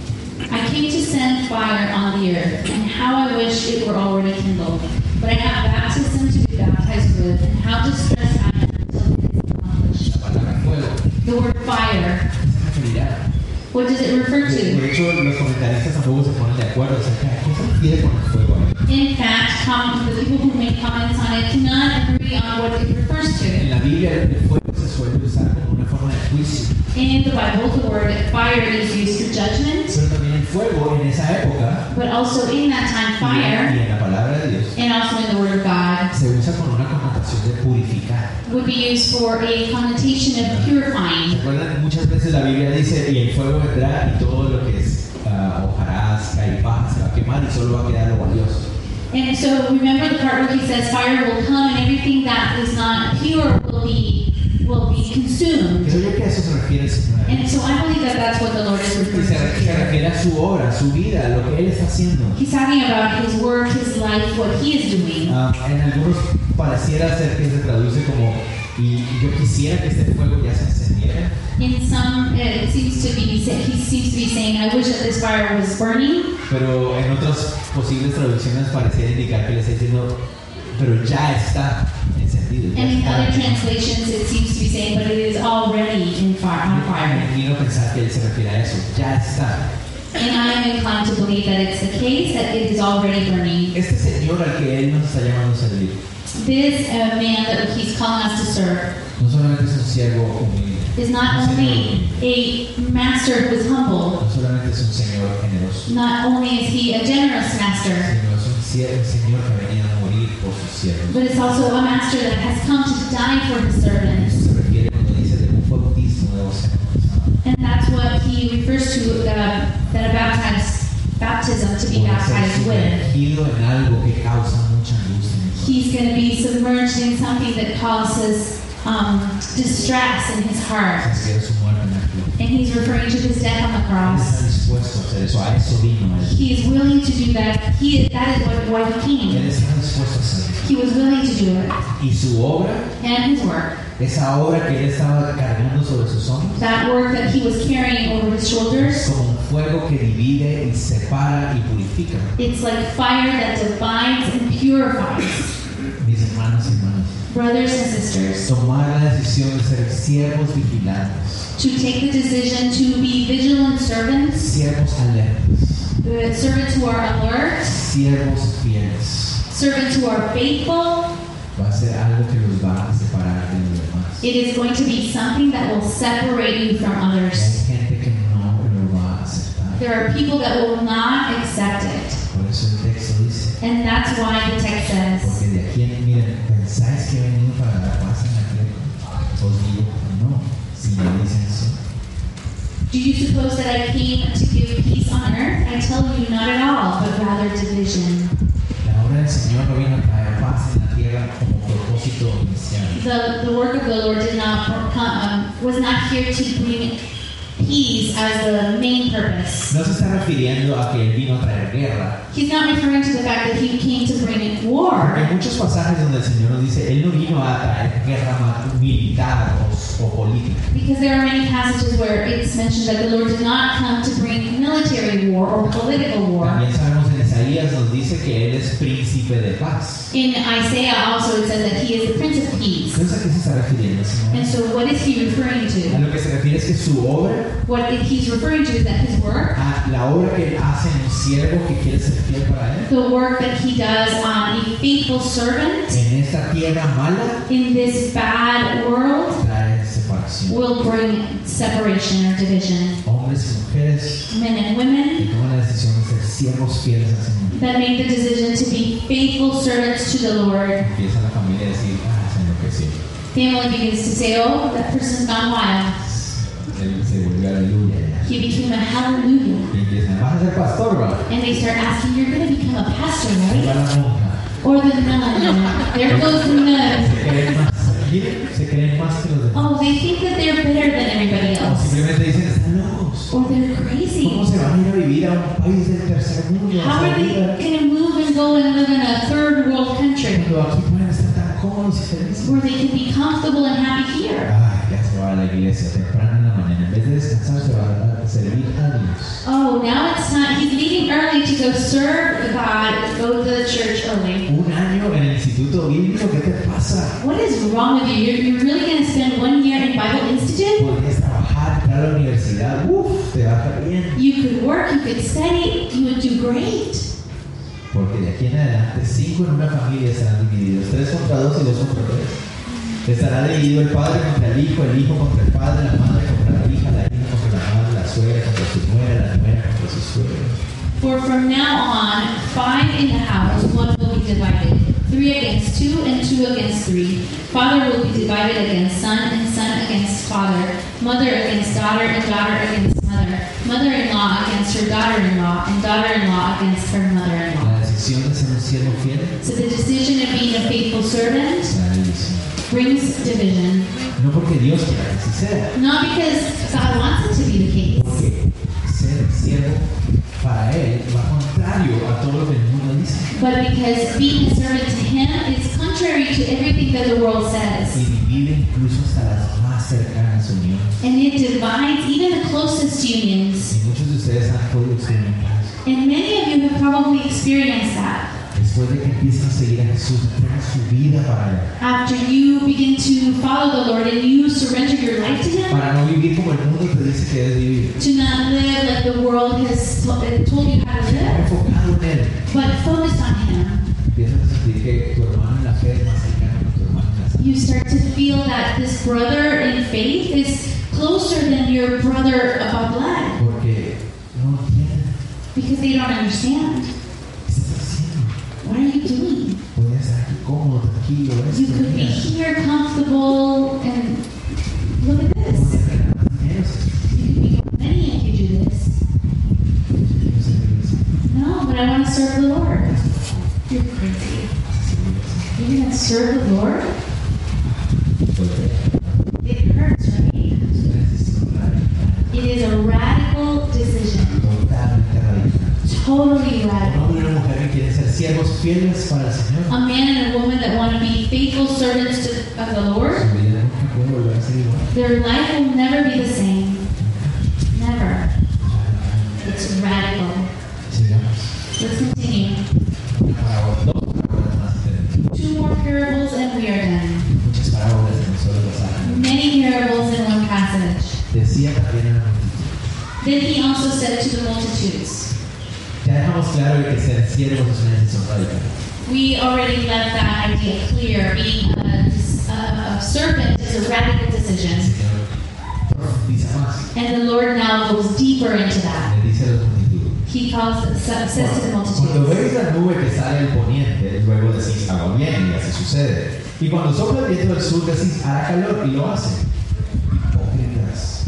S2: I came to send fire on the earth, and how I wish it were already kindled. But I have baptism to be baptized with, and how distressed I am until it is accomplished.
S1: La palabra fuego
S2: The word fire,
S1: se referirá.
S2: what does it refer to?
S1: De hecho, los comentaristas tampoco se ponen de acuerdo acerca de qué se refiere con el fuego. ahí.
S2: In fact, com- the people who make comments on it cannot agree on what it refers to.
S1: En la Biblia, el fuego se puede usar como una forma de juicio.
S2: In the Bible, the word fire is used for judgment,
S1: Pero también el fuego en esa época
S2: but also in that
S1: y
S2: time,
S1: en-
S2: fire,
S1: y en la palabra de Dios
S2: and also in the Word of God,
S1: se usa con una connotación de purificar.
S2: would be used for a connotation of purifying.
S1: Recuerdan muchas veces la Biblia dice y el fuego vendrá y todo lo que es ah, hojarasca y paja se va a quemar y solo va a quedar lo valioso.
S2: And so remember the part where he says fire will come and everything that is not pure will be will be consumed.
S1: Creo yo que a eso se refiere el Señor.
S2: And so I believe that that's what the Lord is
S1: Y
S2: referring
S1: se,
S2: to
S1: se
S2: here.
S1: refiere a su obra, a su vida, a lo que Él está haciendo.
S2: He's talking about his work, his life, what he is doing.
S1: Ah, en algunos pareciera ser que se traduce como y yo quisiera que este fuego ya se encendiera.
S2: In some, it seems to be he seems to be saying, "I wish that this fire was burning,"
S1: Pero en otras posibles traducciones pareciera indicar que le está diciendo, pero ya está encendido. ya
S2: and in
S1: está".
S2: other translations, it seems to be saying, "But it is already in fire on
S1: Me
S2: fire."
S1: imagino pensar que él se refiere a eso, ya está.
S2: And I am inclined to believe that it's the case that it is already burning.
S1: Este señor al que él nos está llamando a servir,
S2: This uh, man that he's calling us to serve.
S1: no solamente es un siervo humilde,
S2: is not only a master who is humble,
S1: no solamente es un señor generoso,
S2: not only is he a generous master,
S1: sino es un, siervo, un señor que ha venido a morir por sus siervos.
S2: but it's also a master that has come to die for his servants.
S1: Eso se refiere cuando dice de un bautismo de voz en
S2: And that's what he refers to uh, that a baptized, baptism to be
S1: voz. Por ser
S2: baptized with.
S1: sumergido en algo que causa mucha angustia. en nosotros.
S2: He's going to be submerged in something that causes um, distress in his heart.
S1: Se refiere a su muerte en la cruz.
S2: And he's referring to his death on the
S1: Él está
S2: cross.
S1: dispuesto a hacer eso, a eso vino él.
S2: He is willing to do that. He, that is what, why he
S1: Él
S2: came.
S1: está dispuesto a hacer eso.
S2: He was willing to do it.
S1: Y su obra
S2: And his work.
S1: Esa obra que él estaba cargando sobre sus hombros
S2: that work that he was carrying over his
S1: es
S2: shoulders.
S1: como un fuego que divide y separa y purifica.
S2: It's like fire that divides and purifies.
S1: Mis hermanos y hermanas,
S2: Brothers and sisters,
S1: tomar la decisión de ser siervos vigilantes,
S2: to take the decision to be vigilant servants,
S1: siervos alertas,
S2: uh, servants who are alert,
S1: siervos fieles,
S2: servants who are faithful,
S1: va a ser algo que los va a separar de los demás.
S2: it is going to be something that will separate you from
S1: Hay
S2: others.
S1: gente que no lo va a aceptar.
S2: There are people that will not accept it.
S1: Por eso el texto dice,
S2: And that's why the text says,
S1: porque de aquí, en- miren, ¿pensáis que he venido para dar paz en la tierra? Os digo, no, si me dicen eso.
S2: Do you suppose that I came to give peace on earth? I tell you, not at all, but rather division.
S1: La obra del Señor no vino a traer paz en la tierra como propósito inicial.
S2: the, the work of the Lord did not come, um, was not here to bring peace as the main purpose.
S1: No se está refiriendo a que Él vino a traer guerra.
S2: He's not referring to the fact that he came to bring in
S1: Porque
S2: war.
S1: hay muchos pasajes donde el Señor nos dice, Él no vino a traer guerra ma- militar o, o política.
S2: Because there are many passages where it's mentioned that the Lord did not come to bring military war or political war.
S1: También sabemos en Isaías nos dice que Él es príncipe de paz.
S2: In Isaiah also it says that he is the Prince of Peace.
S1: Entonces, ¿a qué se está refiriendo el
S2: And
S1: Señor?
S2: so what is he referring
S1: A
S2: to?
S1: lo que se refiere es que su obra,
S2: What he's referring to is that his work,
S1: a la obra que Él hace en un siervo que quiere ser fiel para Él,
S2: the work that he does on a faithful servant
S1: en esta tierra mala,
S2: in this bad world,
S1: trae separación.
S2: will bring separation or division.
S1: Hombres y mujeres
S2: Men and women
S1: que toman la decisión de ser siervos fieles al Señor.
S2: that make the decision to be faithful servants to the Lord,
S1: Empieza la familia a decir, ah, se enloqueció.
S2: family begins to say, Oh, that person's gone wild.
S1: Él se volvió aleluya. ya.
S2: He became a hallelujah.
S1: Y empiezan, vas a ser pastor, ¿verdad?
S2: And they start asking, You're going to become a pastor,
S1: Ahí
S2: right?
S1: va la monja.
S2: Or the nun. There goes the nun.
S1: Se creen más. Miren, Se creen más que los demás.
S2: Oh, they think that they're better than everybody
S1: O
S2: else.
S1: simplemente dicen, están locos.
S2: Or they're
S1: ¿Cómo
S2: crazy.
S1: se van a ir a vivir a un país del tercer mundo?
S2: How are they going to move and go and live in a third world country
S1: Cuando aquí pueden estar tan cómodos y felices.
S2: where they can be comfortable and happy here?
S1: Ah, ya se va a la iglesia temprano en la mañana. En vez de descansar, se va a servir a Dios.
S2: Oh, now it's time. He's leaving early to go serve God, go to the church early.
S1: Un año en el instituto bíblico, ¿qué te pasa?
S2: What is wrong with you? You're, you're really going to spend one year in Bible Institute?
S1: Podrías trabajar, entrar a la universidad, uff, te va a estar bien.
S2: You could work, you could study, you would do great.
S1: Porque de aquí en adelante, cinco en una familia serán divididos, tres contra dos y dos contra tres. Estará dividido el padre contra el hijo, el hijo contra el padre, la madre contra la hija, la hija contra la madre, la suegra contra su nuera, la nuera contra su suegra.
S2: For from now on, five in the house, one will be divided. Three against two, and two against three. Father will be divided against son, and son against father. Mother against daughter, and daughter against mother. Mother in law against her daughter in law, and daughter in law against her mother in law.
S1: La decisión de ser un siervo fiel
S2: So the decision of being a faithful servant
S1: será división.
S2: brings division.
S1: No porque Dios quiera que así sea,
S2: Not because God wants it to be the case,
S1: porque ser siervo para Él va contrario a todo lo que el mundo dice.
S2: but because being a servant to Him is contrary to everything that the world says.
S1: Y divide incluso hasta las más cercanas uniones.
S2: And it divides even the closest unions.
S1: Y muchos de ustedes han podido experimentar eso.
S2: And many of you have probably experienced that.
S1: Después de que empiezan a seguir a Jesús, entregan su vida para Él.
S2: After you begin to follow the Lord and you surrender your life to Him,
S1: Para no vivir como el mundo te dice que debes vivir.
S2: to not live like the world has to- uh, told you how to
S1: Estar
S2: live,
S1: enfocado en Él.
S2: but focus on Him.
S1: Empiezas a sentir que tu hermano en la fe es más cercano que tu hermano en la sangre.
S2: You start to feel that this brother in faith is closer than your brother by blood
S1: Porque no entienden
S2: because they don't understand.
S1: qué estás haciendo.
S2: What are you doing?
S1: Podrías estar aquí cómodo, tranquilo,
S2: You
S1: esto,
S2: could be
S1: mira.
S2: here comfortable and look at this.
S1: Podrías ganar más dinero.
S2: You could be many if you do this.
S1: No sé qué dice.
S2: No, but I want to serve the Lord. You're crazy. You're going to serve the Lord? It hurts for me. It is a radical decision. Totally radical. A man and a woman that want to be faithful servants to, of the Lord, their life will never be the same. Never. It's radical. Let's continue. Two more parables and we are done. Many parables in one passage.
S1: Decía también a la multitud.
S2: Then he also said to the multitudes,
S1: Ya dejamos claro que ser siervos es una decisión radical.
S2: We already left that idea clear. Being a, a, a servant is a radical
S1: El
S2: decision.
S1: Señor profundiza más.
S2: And the Lord now goes deeper into that.
S1: Le dice a los multitudes.
S2: He calls says to the
S1: Cuando
S2: multitudes.
S1: veis la nube que sale del poniente, luego decís agua bien y así sucede. Y cuando sopla el viento del sur decís hará calor y lo hace. Hipócritas,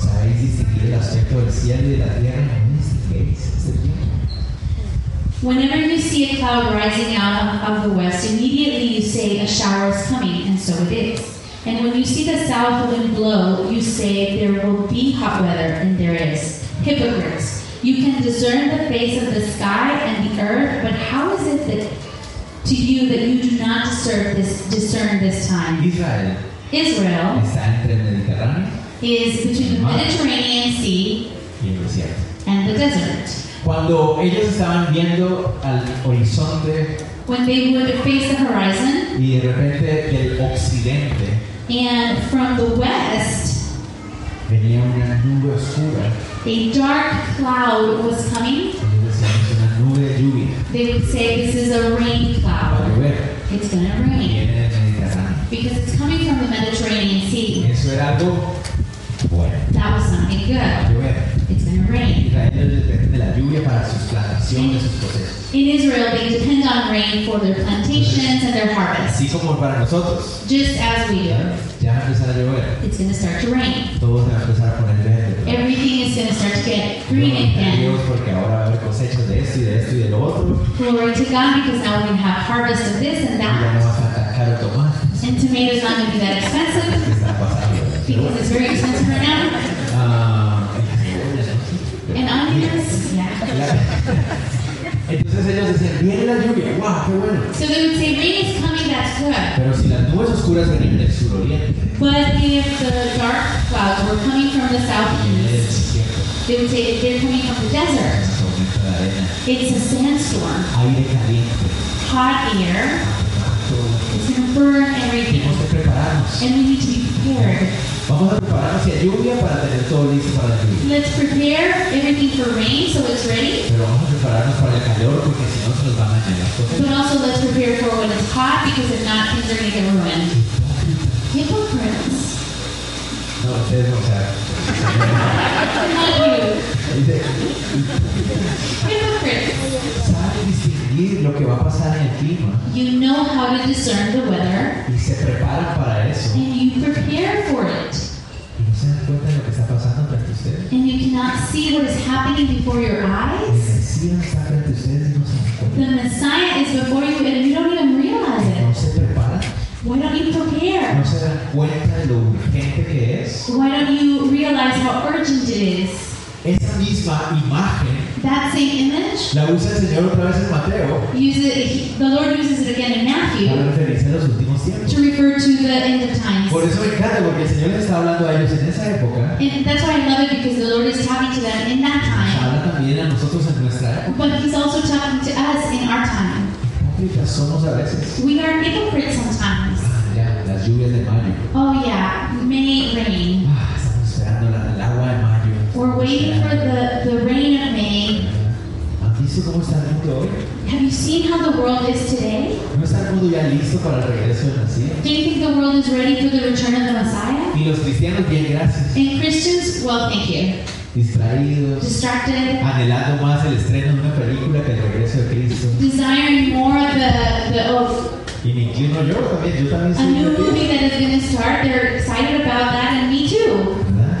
S1: sabéis distinguir el aspecto del cielo y de la tierra y no distinguéis este tiempo.
S2: Whenever you see a cloud rising out of, of the west, immediately you say a shower is coming, and so it is. And when you see the south wind blow, you say there will be hot weather, and there is. Hypocrites, you can discern the face of the sky and the earth, but how is it that to you that you do not discern this, discern this time?
S1: Israel
S2: Israel
S1: está entre el Mediterráneo
S2: is between the Mediterranean Sea
S1: y el desierto.
S2: and the desert.
S1: Cuando ellos estaban viendo al horizonte
S2: When they would face the horizon,
S1: y de repente del occidente
S2: And from the west,
S1: venía una nube oscura,
S2: a dark cloud was coming.
S1: ellos decían es una nube de lluvia,
S2: They would say, This is a rain
S1: va a
S2: cloud.
S1: llover.
S2: It's going to rain.
S1: viene del Mediterráneo.
S2: Because it's coming from the Mediterranean Sea.
S1: Eso era algo bueno.
S2: That was something
S1: Va
S2: good.
S1: a llover.
S2: It's going to rain.
S1: Israel depende de la lluvia para sus plantaciones, sus procesos.
S2: In Israel, they depend on rain for their plantations and their harvest,
S1: Así como para nosotros.
S2: just as we do.
S1: Ya ya va a empezar a llover.
S2: It's going to start to rain.
S1: Todo se va a empezar a poner verde.
S2: Everything is going to start to get green
S1: Dios,
S2: again.
S1: porque ahora va a haber cosechas de esto y de esto y de lo otro.
S2: Glory to God, because now we're going to have harvest of this and
S1: Y ya
S2: that.
S1: no va a faltar caro tomar.
S2: And tomatoes not going to be that expensive.
S1: ¿Qué está pasando? Pero
S2: because
S1: bueno.
S2: it's very expensive right now.
S1: Ah, y las
S2: And
S1: cebollas,
S2: onions,
S1: ¿no?
S2: yeah.
S1: La- Entonces ellos decían, viene la lluvia, guau, qué bueno.
S2: So they would say rain is coming, that's good.
S1: Pero si las nubes oscuras venían del suroriente,
S2: But if the dark clouds were coming from the
S1: viene del
S2: southeast,
S1: desierto.
S2: they would say they're coming from the desert.
S1: Una tormenta de arena,
S2: It's a sandstorm.
S1: aire caliente.
S2: Hot air.
S1: Todo.
S2: It's going to burn everything.
S1: Tenemos que prepararnos.
S2: And we need to be prepared.
S1: Vamos a prepararnos y a lluvia para tener todo listo para la lluvia.
S2: Let's prepare everything for rain so it's ready.
S1: Pero vamos a prepararnos para el calor porque si no se nos van a dañar las cosas.
S2: But also let's prepare for when it's hot because if not, things are going to get ruined.
S1: clima
S2: You know how to discern the weather,
S1: y se preparan para eso
S2: and you prepare for it.
S1: y no se dan cuenta de lo que está pasando frente a ustedes.
S2: And you cannot see what is happening before your
S1: El
S2: eyes.
S1: Mesías está frente a ustedes y no se dan
S2: The
S1: cuenta.
S2: Messiah is before you, and you don't even realize it.
S1: No se preparan,
S2: Why don't you prepare?
S1: no se dan cuenta de lo urgente que es.
S2: Why don't you realize how urgent it is?
S1: Esa misma imagen
S2: That same image,
S1: la usa el Señor otra vez en Mateo
S2: use it, he- the Lord uses it again in
S1: para
S2: Matthew
S1: referirse a los últimos tiempos.
S2: to refer to the end of times.
S1: Por eso me encanta, porque el Señor les está hablando a ellos en esa época,
S2: And that's why I love it because the Lord is talking to them in that
S1: nos
S2: time,
S1: habla también a nosotros en nuestra época.
S2: but He's also talking to us in our time.
S1: Hipócritas somos a veces.
S2: We are hypocrites sometimes.
S1: Ah, ya, las lluvias de mayo.
S2: Oh yeah, May rain.
S1: Ah, estamos esperando la- el agua de mayo.
S2: We're waiting for the, the rain of May.
S1: ¿Han visto cómo está el mundo hoy?
S2: Have you seen how the world is today?
S1: ¿No está el mundo ya listo para el regreso del Mesías?
S2: Do you think the world is ready for the return of the Messiah?
S1: Y los cristianos, bien, gracias.
S2: And Christians, well, thank you.
S1: Distraídos,
S2: Distracted,
S1: anhelando más el estreno de una película que el regreso de Cristo.
S2: desiring more of the, the oh,
S1: Y me inclino yo también, yo también
S2: a
S1: soy
S2: new
S1: de ti.
S2: movie that is going to start. They're excited about that, and me too.
S1: ¿Verdad?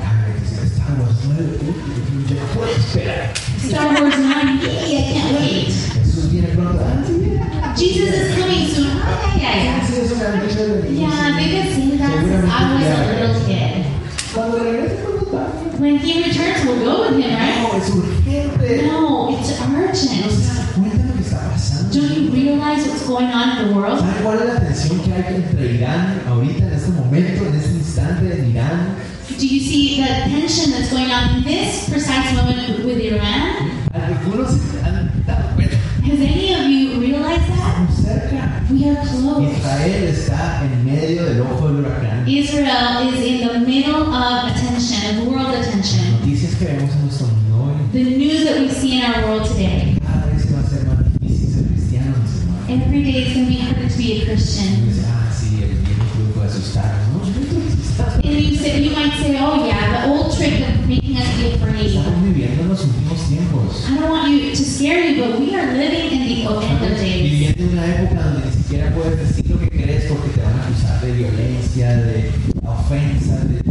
S1: Ay, es que Star Wars 9, uy, yo puedo esperar.
S2: Star Wars 9, yay, I can't wait.
S1: Jesús viene pronto. Ah, sí, mira.
S2: Jesus is coming soon. Oh, yeah, yeah,
S1: Sí, es una noche de
S2: yeah.
S1: bendición.
S2: Yeah, they've been saying that since I was a little kid.
S1: Cuando regrese, ¿cómo está?
S2: When he returns, we'll go with him, right?
S1: No, es urgente.
S2: No,
S1: No
S2: it's
S1: se
S2: urgent.
S1: dan cuenta de lo que está pasando.
S2: Don't you realize what's going on in the world?
S1: ¿Saben cuál es la tensión que hay entre Irán ahorita, en este momento, en este instante, en Irán?
S2: Do you see the tension that's going on in this precise moment with Iran?
S1: Algunos se han dado cuenta.
S2: Has any of you realized that?
S1: Estamos cerca.
S2: We are close.
S1: Israel está en medio del ojo del huracán.
S2: Israel is in the middle of attention, world
S1: Las
S2: attention.
S1: noticias que vemos en nuestro mundo hoy,
S2: The news that we see in our world today.
S1: cada vez va a ser más difícil ser cristiano, mis hermanos.
S2: Every day it's going to be harder to be a
S1: Y
S2: Christian.
S1: dice, ah, sí, el viejo truco de asustarnos. No, yo no estoy asustado.
S2: And you, say, you might say, oh yeah, the old trick of making us be afraid.
S1: Estamos viviendo los últimos tiempos.
S2: I don't want you to scare you, but we are living in the end of days.
S1: Viviendo una época donde ni siquiera puedes decir lo que crees porque te van a acusar de violencia, de ofensa, de...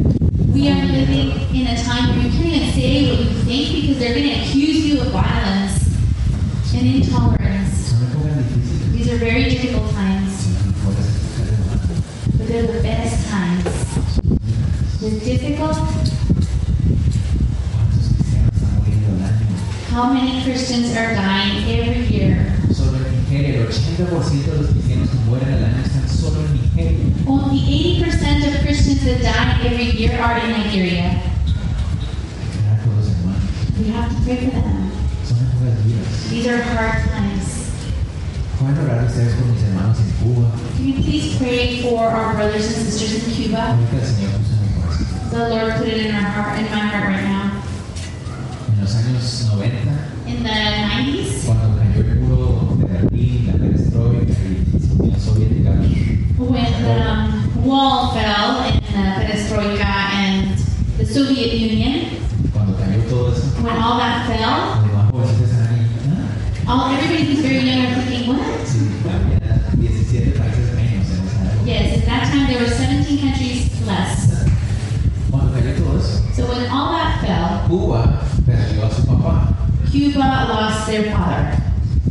S2: We are living in a time where you can't even say what you think because they're going to accuse you of violence and intolerance.
S1: Son épocas difíciles.
S2: These are very difficult times,
S1: Son las mejores épocas del mundo.
S2: but they're the best times. They're difficult.
S1: ¿Cuántos cristianos están muriendo al año?
S2: How many Christians are dying every year?
S1: Solo en Nigeria, el 80% de los cristianos que mueren al año están solo en Nigeria.
S2: Only 80% of Christians that die every year are in Nigeria.
S1: Orar por los hermanos.
S2: We have to pray for them.
S1: Son épocas duras.
S2: These are hard times.
S1: Pueden orar ustedes por mis hermanos en Cuba.
S2: Can you please pray for our brothers and sisters in Cuba?
S1: Ahorita el Señor puso en mi corazón.
S2: The Lord put it in our heart, in my heart right now.
S1: En los años 90,
S2: In the 90s,
S1: cuando cayó el muro de Berlín, la perestroika y la Unión Soviética,
S2: when the um, wall fell in the perestroika and the Soviet Union,
S1: cuando cayó todo eso,
S2: when all that fell,
S1: los más jovencitos están ahí. Ah,
S2: all everybody who's very young are thinking, what?
S1: sí, había 17 países menos en esa época.
S2: Yes, at that time there were 17 countries less.
S1: Cuando cayó todo eso,
S2: So when all that fell,
S1: Cuba perdió a su papá,
S2: Cuba lost their father,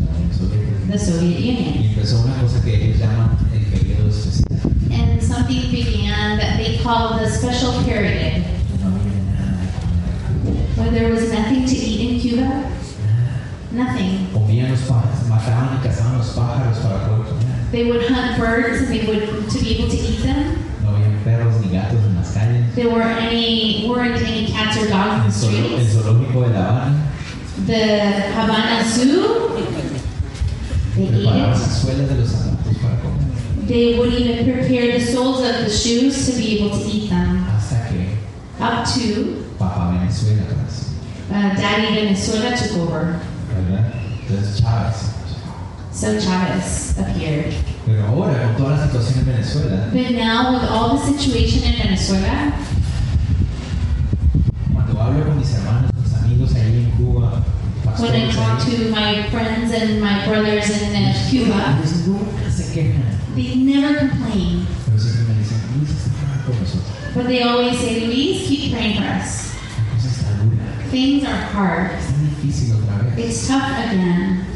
S1: la Unión Soviética.
S2: the Soviet Union.
S1: Y empezó una cosa que ellos llaman el periodo especial.
S2: And something began that they call the special period,
S1: No había nada de comer.
S2: where there was nothing to eat in Cuba.
S1: Nada.
S2: Nothing.
S1: Comían los pájaros, mataban y cazaban los pájaros para poder comer.
S2: They would hunt birds and they would to be able to eat them.
S1: No había perros ni gatos en las calles.
S2: There weren't any weren't any cats or dogs
S1: El,
S2: in the
S1: zoolo- el
S2: streets.
S1: zoológico de La Habana
S2: The Havana Zoo. They ate
S1: preparaban
S2: it.
S1: las suelas de los zapatos para comer.
S2: They would even prepare the soles of the shoes to be able to eat them.
S1: Hasta que
S2: Up to
S1: Papá Venezuela pues, apareció,
S2: uh, Daddy Venezuela took over.
S1: ¿verdad? Entonces Chávez.
S2: So Chavez appeared.
S1: Pero ahora, con toda la situación en Venezuela,
S2: But now, with all the situation in Venezuela,
S1: cuando hablo con mis hermanos, mis amigos ahí en Cuba,
S2: when I
S1: todos
S2: talk
S1: ahí.
S2: to my friends and my brothers in uh,
S1: A
S2: Cuba,
S1: veces nunca se quejan,
S2: they never complain,
S1: pero siempre me dicen, Luis está mal con nosotros.
S2: but they always say, "Please keep praying for us.
S1: La cosa está dura,
S2: Things are hard.
S1: está difícil otra vez.
S2: It's tough again."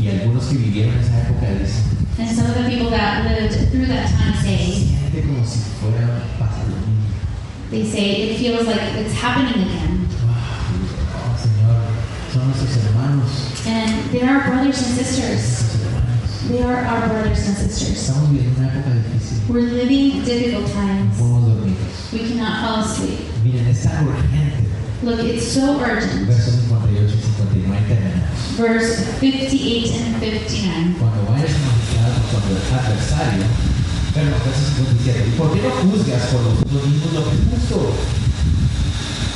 S1: Y algunos que vivieron esa época dicen,
S2: And some of the people that lived through that time say,
S1: siente como si fuera pasado lo mismo.
S2: they say it feels like it's happening again.
S1: Wow, Señor, son nuestros hermanos,
S2: And they are brothers and sisters.
S1: nuestros hermanos.
S2: They are our brothers and sisters.
S1: Estamos viviendo una época difícil,
S2: We're living difficult
S1: no
S2: times.
S1: podemos dormirnos.
S2: We cannot fall asleep.
S1: Miren, es tan urgente.
S2: Look, it's so urgent.
S1: Versos 58 y 59 terminamos.
S2: Verse 58 and 59.
S1: Cuando vayas a magistrado por tu adversario, pero verso 57, ¿y por qué no juzgas por vosotros mismos lo que es justo?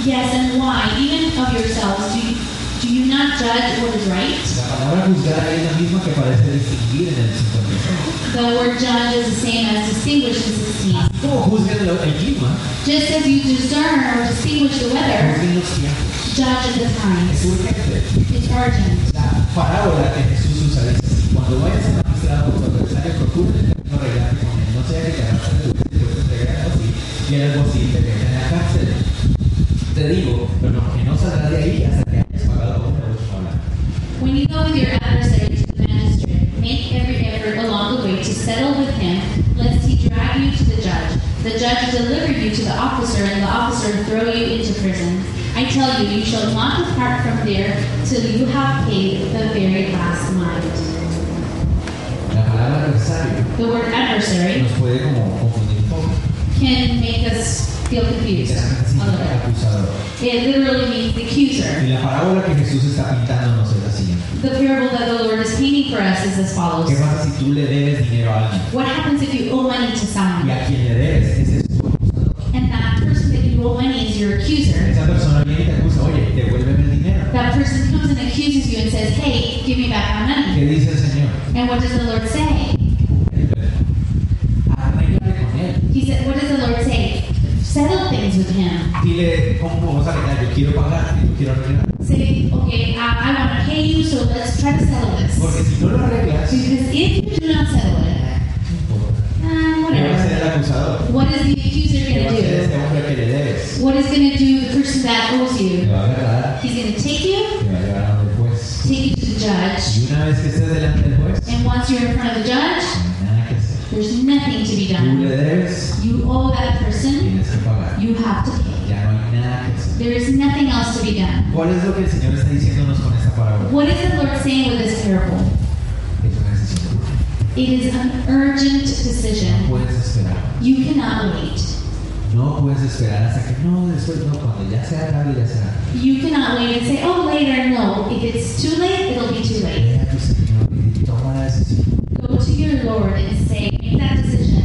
S2: Yes, and why, even of yourselves, do you, do you not judge what is right?
S1: La palabra juzgar es la misma que parece distinguir en el 56.
S2: The word judge is the same as distinguish and succeed.
S1: Así como juzguen lo- el clima,
S2: Just as you discern or distinguish the weather,
S1: juzguen los tiempos.
S2: judge of the times.
S1: Es urgente.
S2: It's urgent.
S1: La parábola que Jesús usa dice, cuando vayas a magistrado por tu adversario, procura el camino reglante con él, no sea que te arrastre tu vez, después te traiga algo así, y el algo así te meta en la cárcel. Te digo, pero no, que no saldrás de ahí hasta que hayas pagado una última palabra.
S2: When you go with your adversary to the magistrate, make every effort along the way to settle with him, lest he drag you to the judge. The judge deliver you to the officer, and the officer throw you into prison. I tell you, you shall not depart from there till you have paid the very last mite.
S1: La palabra adversario
S2: The word adversary
S1: nos puede como confundir un poco.
S2: can make us feel
S1: Literalmente
S2: confused a little
S1: significa
S2: bit.
S1: acusador.
S2: It literally means the accuser.
S1: Y la parábola que Jesús está pintándonos es la siguiente.
S2: The parable that the Lord is painting for us is as
S1: ¿Qué
S2: follows.
S1: pasa si tú le debes dinero a alguien?
S2: What happens if you owe money to someone?
S1: Y a quien le debes, ese es tu acusador.
S2: And that person that you owe money is your accuser.
S1: Esa persona viene y te acusa, oye, devuélveme el dinero.
S2: That person comes and accuses you and says, hey, give me back my money.
S1: ¿Qué dice el Señor?
S2: And what does the Lord say?
S1: Arréglate con él.
S2: He said, what does the Lord say? Settle things with him.
S1: Dile, ¿cómo vamos a arreglar? Yo quiero pagar y tú quiero arreglar.
S2: Say, okay, I, I want to pay you, so let's try to settle this.
S1: Porque si no lo arreglas, sí,
S2: Because if you do not settle it, um,
S1: ¿qué va a
S2: whatever.
S1: ser el acusador?
S2: What is the accuser
S1: ¿Qué va
S2: going
S1: a
S2: to
S1: ser este
S2: do?
S1: hombre que le debes?
S2: What is going to do the person that owes
S1: Te
S2: you?
S1: va a agarrar,
S2: He's going to take you,
S1: te va a llevar a donde el juez.
S2: take you to the judge,
S1: Y una vez que estés delante del juez,
S2: and once you're in front of the judge,
S1: no hay nada que hacer.
S2: there's nothing to be
S1: Tú le
S2: done.
S1: debes,
S2: You owe that person,
S1: tienes que pagar.
S2: you have to pay.
S1: Ya no hay nada que hacer.
S2: There is nothing else to be done.
S1: ¿Cuál es lo que el Señor está diciéndonos con esta parábola?
S2: What is the Lord saying with this parable?
S1: Es una decisión.
S2: It is an urgent
S1: No
S2: decision.
S1: puedes esperar.
S2: You cannot wait.
S1: No puedes esperar hasta que no, después no, cuando ya sea tarde, ya sea tarde.
S2: You cannot wait and say, oh, later. No, if it's too late, it'll be too late.
S1: Ve a tu Señor y toma la decisión
S2: Go to your Lord and say, make that decision.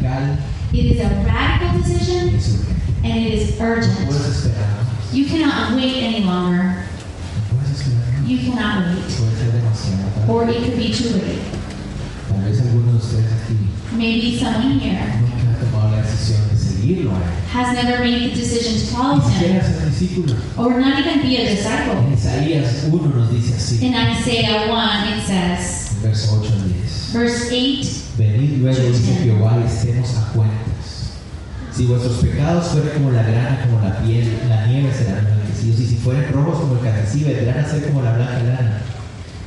S1: radical
S2: It is a radical
S1: y
S2: decision
S1: es urgente.
S2: and it is
S1: No
S2: urgent.
S1: puedes esperar,
S2: You cannot wait any longer.
S1: no puedes esperar,
S2: You cannot wait.
S1: puede ser demasiado tarde.
S2: Or it could be too late.
S1: Tal vez alguno de ustedes aquí
S2: Maybe someone here
S1: nunca ha tomado la decisión de seguirlo a Él.
S2: has never made the decision to follow
S1: Ni
S2: him
S1: siquiera ser discípulo.
S2: or not even be a disciple.
S1: En Isaías 1 nos dice así,
S2: In Isaiah 1, it says,
S1: en verso 8 al 10.
S2: verse 8,
S1: Venid luego, dice Jehová, y estemos a cuentas. Si vuestros pecados fueren como la grana, como la piel, la nieve serán enriquecidos. Y si fueren rojos como el carmesí, vendrán a ser como la blanca lana.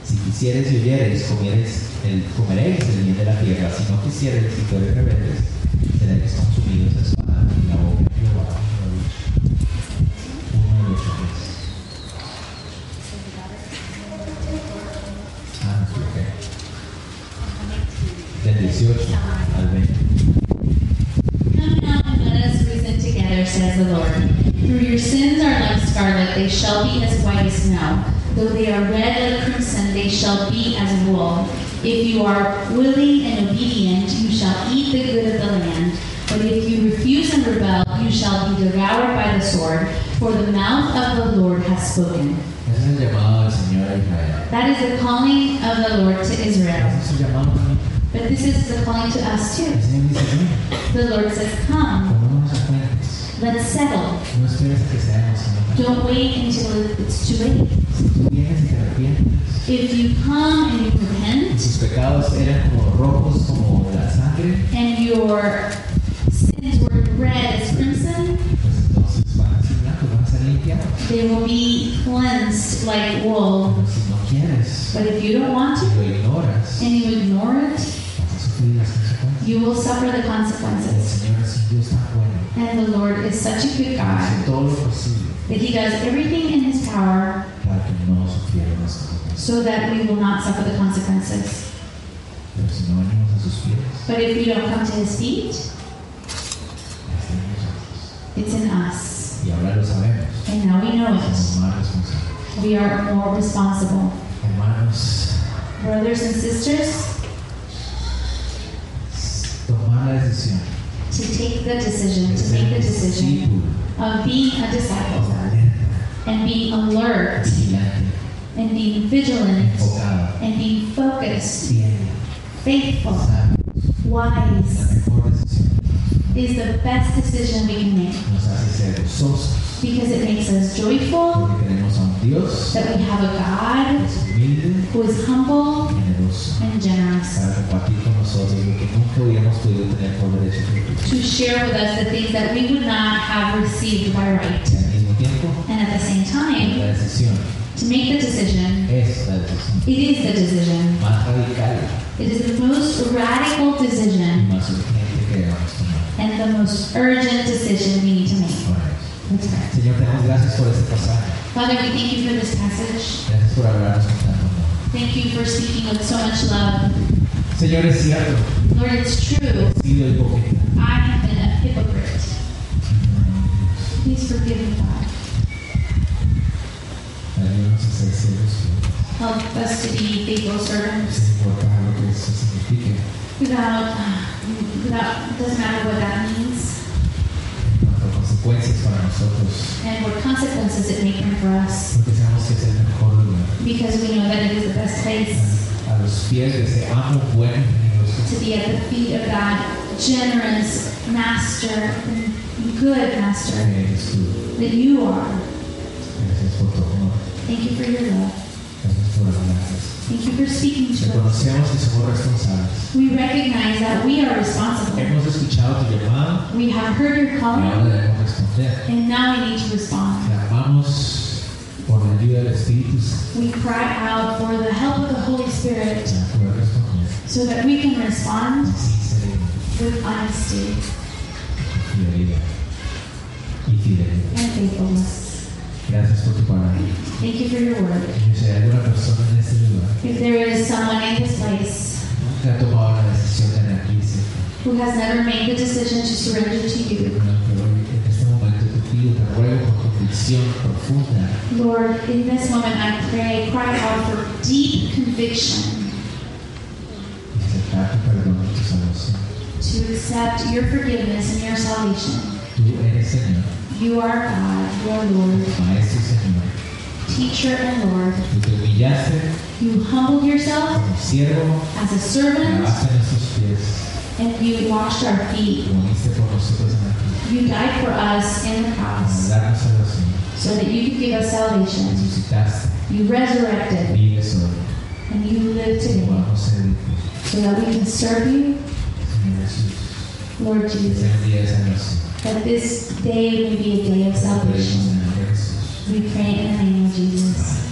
S1: Si quisieres y oyeres, comieres el- comeréis el bien de la tierra. Si no quisieres y fueres rebeldes, seréis consumidos de espada y la boca de Jehová. lo ha dicho. Uno de los hombres. Ah, ok del 18 al 20.
S2: Come now and let us reason together, says the Lord. Through your sins are like scarlet, they shall be as white as snow. Though they are red like crimson, they shall be as wool. If you are willing and obedient, you shall eat the good of the land. But if you refuse and rebel, you shall be devoured by the sword, for the mouth of the Lord has spoken.
S1: Ese es el llamado del Señor a Israel.
S2: That is the calling of the Lord to
S1: Ese
S2: Israel.
S1: es su llamado también.
S2: But this is the calling to us too.
S1: El Señor dice, no,
S2: The Lord says, Come,
S1: pongámonos a cuentas.
S2: Let's settle.
S1: No esperes a que sea emocionante.
S2: Don't wait until it's too late.
S1: Si tú vienes y te arrepientes
S2: If you come and you
S1: y
S2: repent
S1: sus pecados eran como rojos como la sangre,
S2: and your sins were red as crimson,
S1: pues entonces van a ser blancos, van a ser limpiados.
S2: they will be cleansed like wool.
S1: Pero si no quieres,
S2: But if you don't want
S1: si
S2: to
S1: lo ignoras,
S2: and you ignore it,
S1: vas a sufrir las consecuencias.
S2: you will suffer the
S1: El
S2: consequences.
S1: Señor es un Dios tan bueno,
S2: And the Lord is such a good
S1: que hace
S2: God
S1: todo lo posible
S2: that He does everything in His power
S1: para que no sufriéramos consecuencias.
S2: so that we will not suffer the consequences.
S1: Pero si no venimos a sus pies,
S2: But if we don't come to His feet,
S1: está en nosotros.
S2: it's in us.
S1: Y ahora lo sabemos,
S2: And now we know
S1: somos
S2: it.
S1: más responsables.
S2: We are more responsible.
S1: Hermanos,
S2: Brothers and sisters,
S1: tomar la decisión
S2: to take the decision,
S1: de
S2: to
S1: ser
S2: make the
S1: un
S2: decision
S1: discípulo
S2: of being a
S1: con
S2: disciple
S1: alerta,
S2: and being alert
S1: vigilante,
S2: and being vigilant
S1: enfocado,
S2: and being focused,
S1: fiel,
S2: faithful,
S1: sabio. La
S2: wise
S1: mejor decisión
S2: is the best decision we can make
S1: nos hace ser gozosos
S2: because it makes us joyful
S1: porque tenemos a un Dios
S2: that we have a
S1: que
S2: God
S1: es humilde
S2: who is humble
S1: y generoso
S2: and generous
S1: para compartir con nosotros lo que nunca hubiéramos podido tener por derecho propio.
S2: to share with us the things that we would not have received by right.
S1: Y al mismo tiempo,
S2: And at the same
S1: la
S2: time,
S1: decisión
S2: to make the decision,
S1: es la decisión
S2: it is the decision
S1: más radical
S2: It is the most radical
S1: y
S2: decision
S1: más urgente que debamos tomar.
S2: and the most urgent decision we need to make.
S1: Oremos. Señor, te damos gracias por este pasaje.
S2: Father, we thank you for this passage.
S1: Gracias por hablarnos con tanto amor.
S2: Thank you for speaking with so much love.
S1: Señor, es cierto,
S2: Lord, it's true.
S1: he sido hipócrita.
S2: I have been a hypocrite. Please forgive me, God.
S1: Ayúdanos a ser serios,
S2: Help us to be faithful servants
S1: sin importar lo que eso signifique.
S2: without, uh, without, doesn't matter what that means
S1: Cuanto consecuencias para nosotros,
S2: and what consequences it may bring for us
S1: porque sabemos que es el mejor lugar.
S2: because we know that it is the best place
S1: A los pies de ese amo bueno y generoso,
S2: to be at the feet of that generous master and good master.
S1: que eh, eres tú.
S2: that you are.
S1: Gracias por tu amor,
S2: Thank you for your love.
S1: gracias por hablarnos.
S2: Thank you for speaking to us.
S1: Reconocemos que somos responsables.
S2: We recognize that we are responsible.
S1: Hemos escuchado tu llamada
S2: We have heard your
S1: y ahora
S2: calling,
S1: debemos responder.
S2: and now we need to respond.
S1: Clamamos por la ayuda del Espíritu Santo
S2: We cry out for the help of the Holy Spirit
S1: para poder responder
S2: so that we can
S1: con
S2: respond
S1: sinceridad.
S2: with honesty
S1: fidelidad y fidelidad.
S2: and faithfulness.
S1: Gracias por tu palabra.
S2: Thank you for your word.
S1: Señor, Si hay alguna persona en este lugar
S2: If there is someone in this place
S1: que ha tomado la decisión de anarquirse,
S2: who has never made the decision to surrender to you,
S1: Señor, que hoy en este momento te pido, te ruego con convicción profunda
S2: Lord, in this moment I pray, cry out for deep conviction
S1: de aceptar tu perdón y tu salvación.
S2: to accept your forgiveness and your salvation.
S1: Tú eres Señor,
S2: You are God, your Lord,
S1: Maestro y Señor.
S2: teacher and Lord.
S1: Tú te humillaste
S2: You humbled yourself
S1: como siervo,
S2: as a servant
S1: lavaste nuestros pies,
S2: and you washed our
S1: y
S2: feet.
S1: moriste por nosotros en la cruz
S2: You died for us in the
S1: para
S2: cross
S1: darnos salvación.
S2: so that you could give us salvation.
S1: Resucitaste,
S2: You resurrected
S1: vives hoy,
S2: and you live
S1: y
S2: today
S1: podamos ser de ti.
S2: so that we can serve you,
S1: Señor Jesús.
S2: Lord
S1: Que
S2: Jesus.
S1: sea un día de salvación.
S2: That this day may be a day of
S1: Te pedimos
S2: salvation.
S1: en el nombre de Jesús.
S2: We pray in the name of Jesus.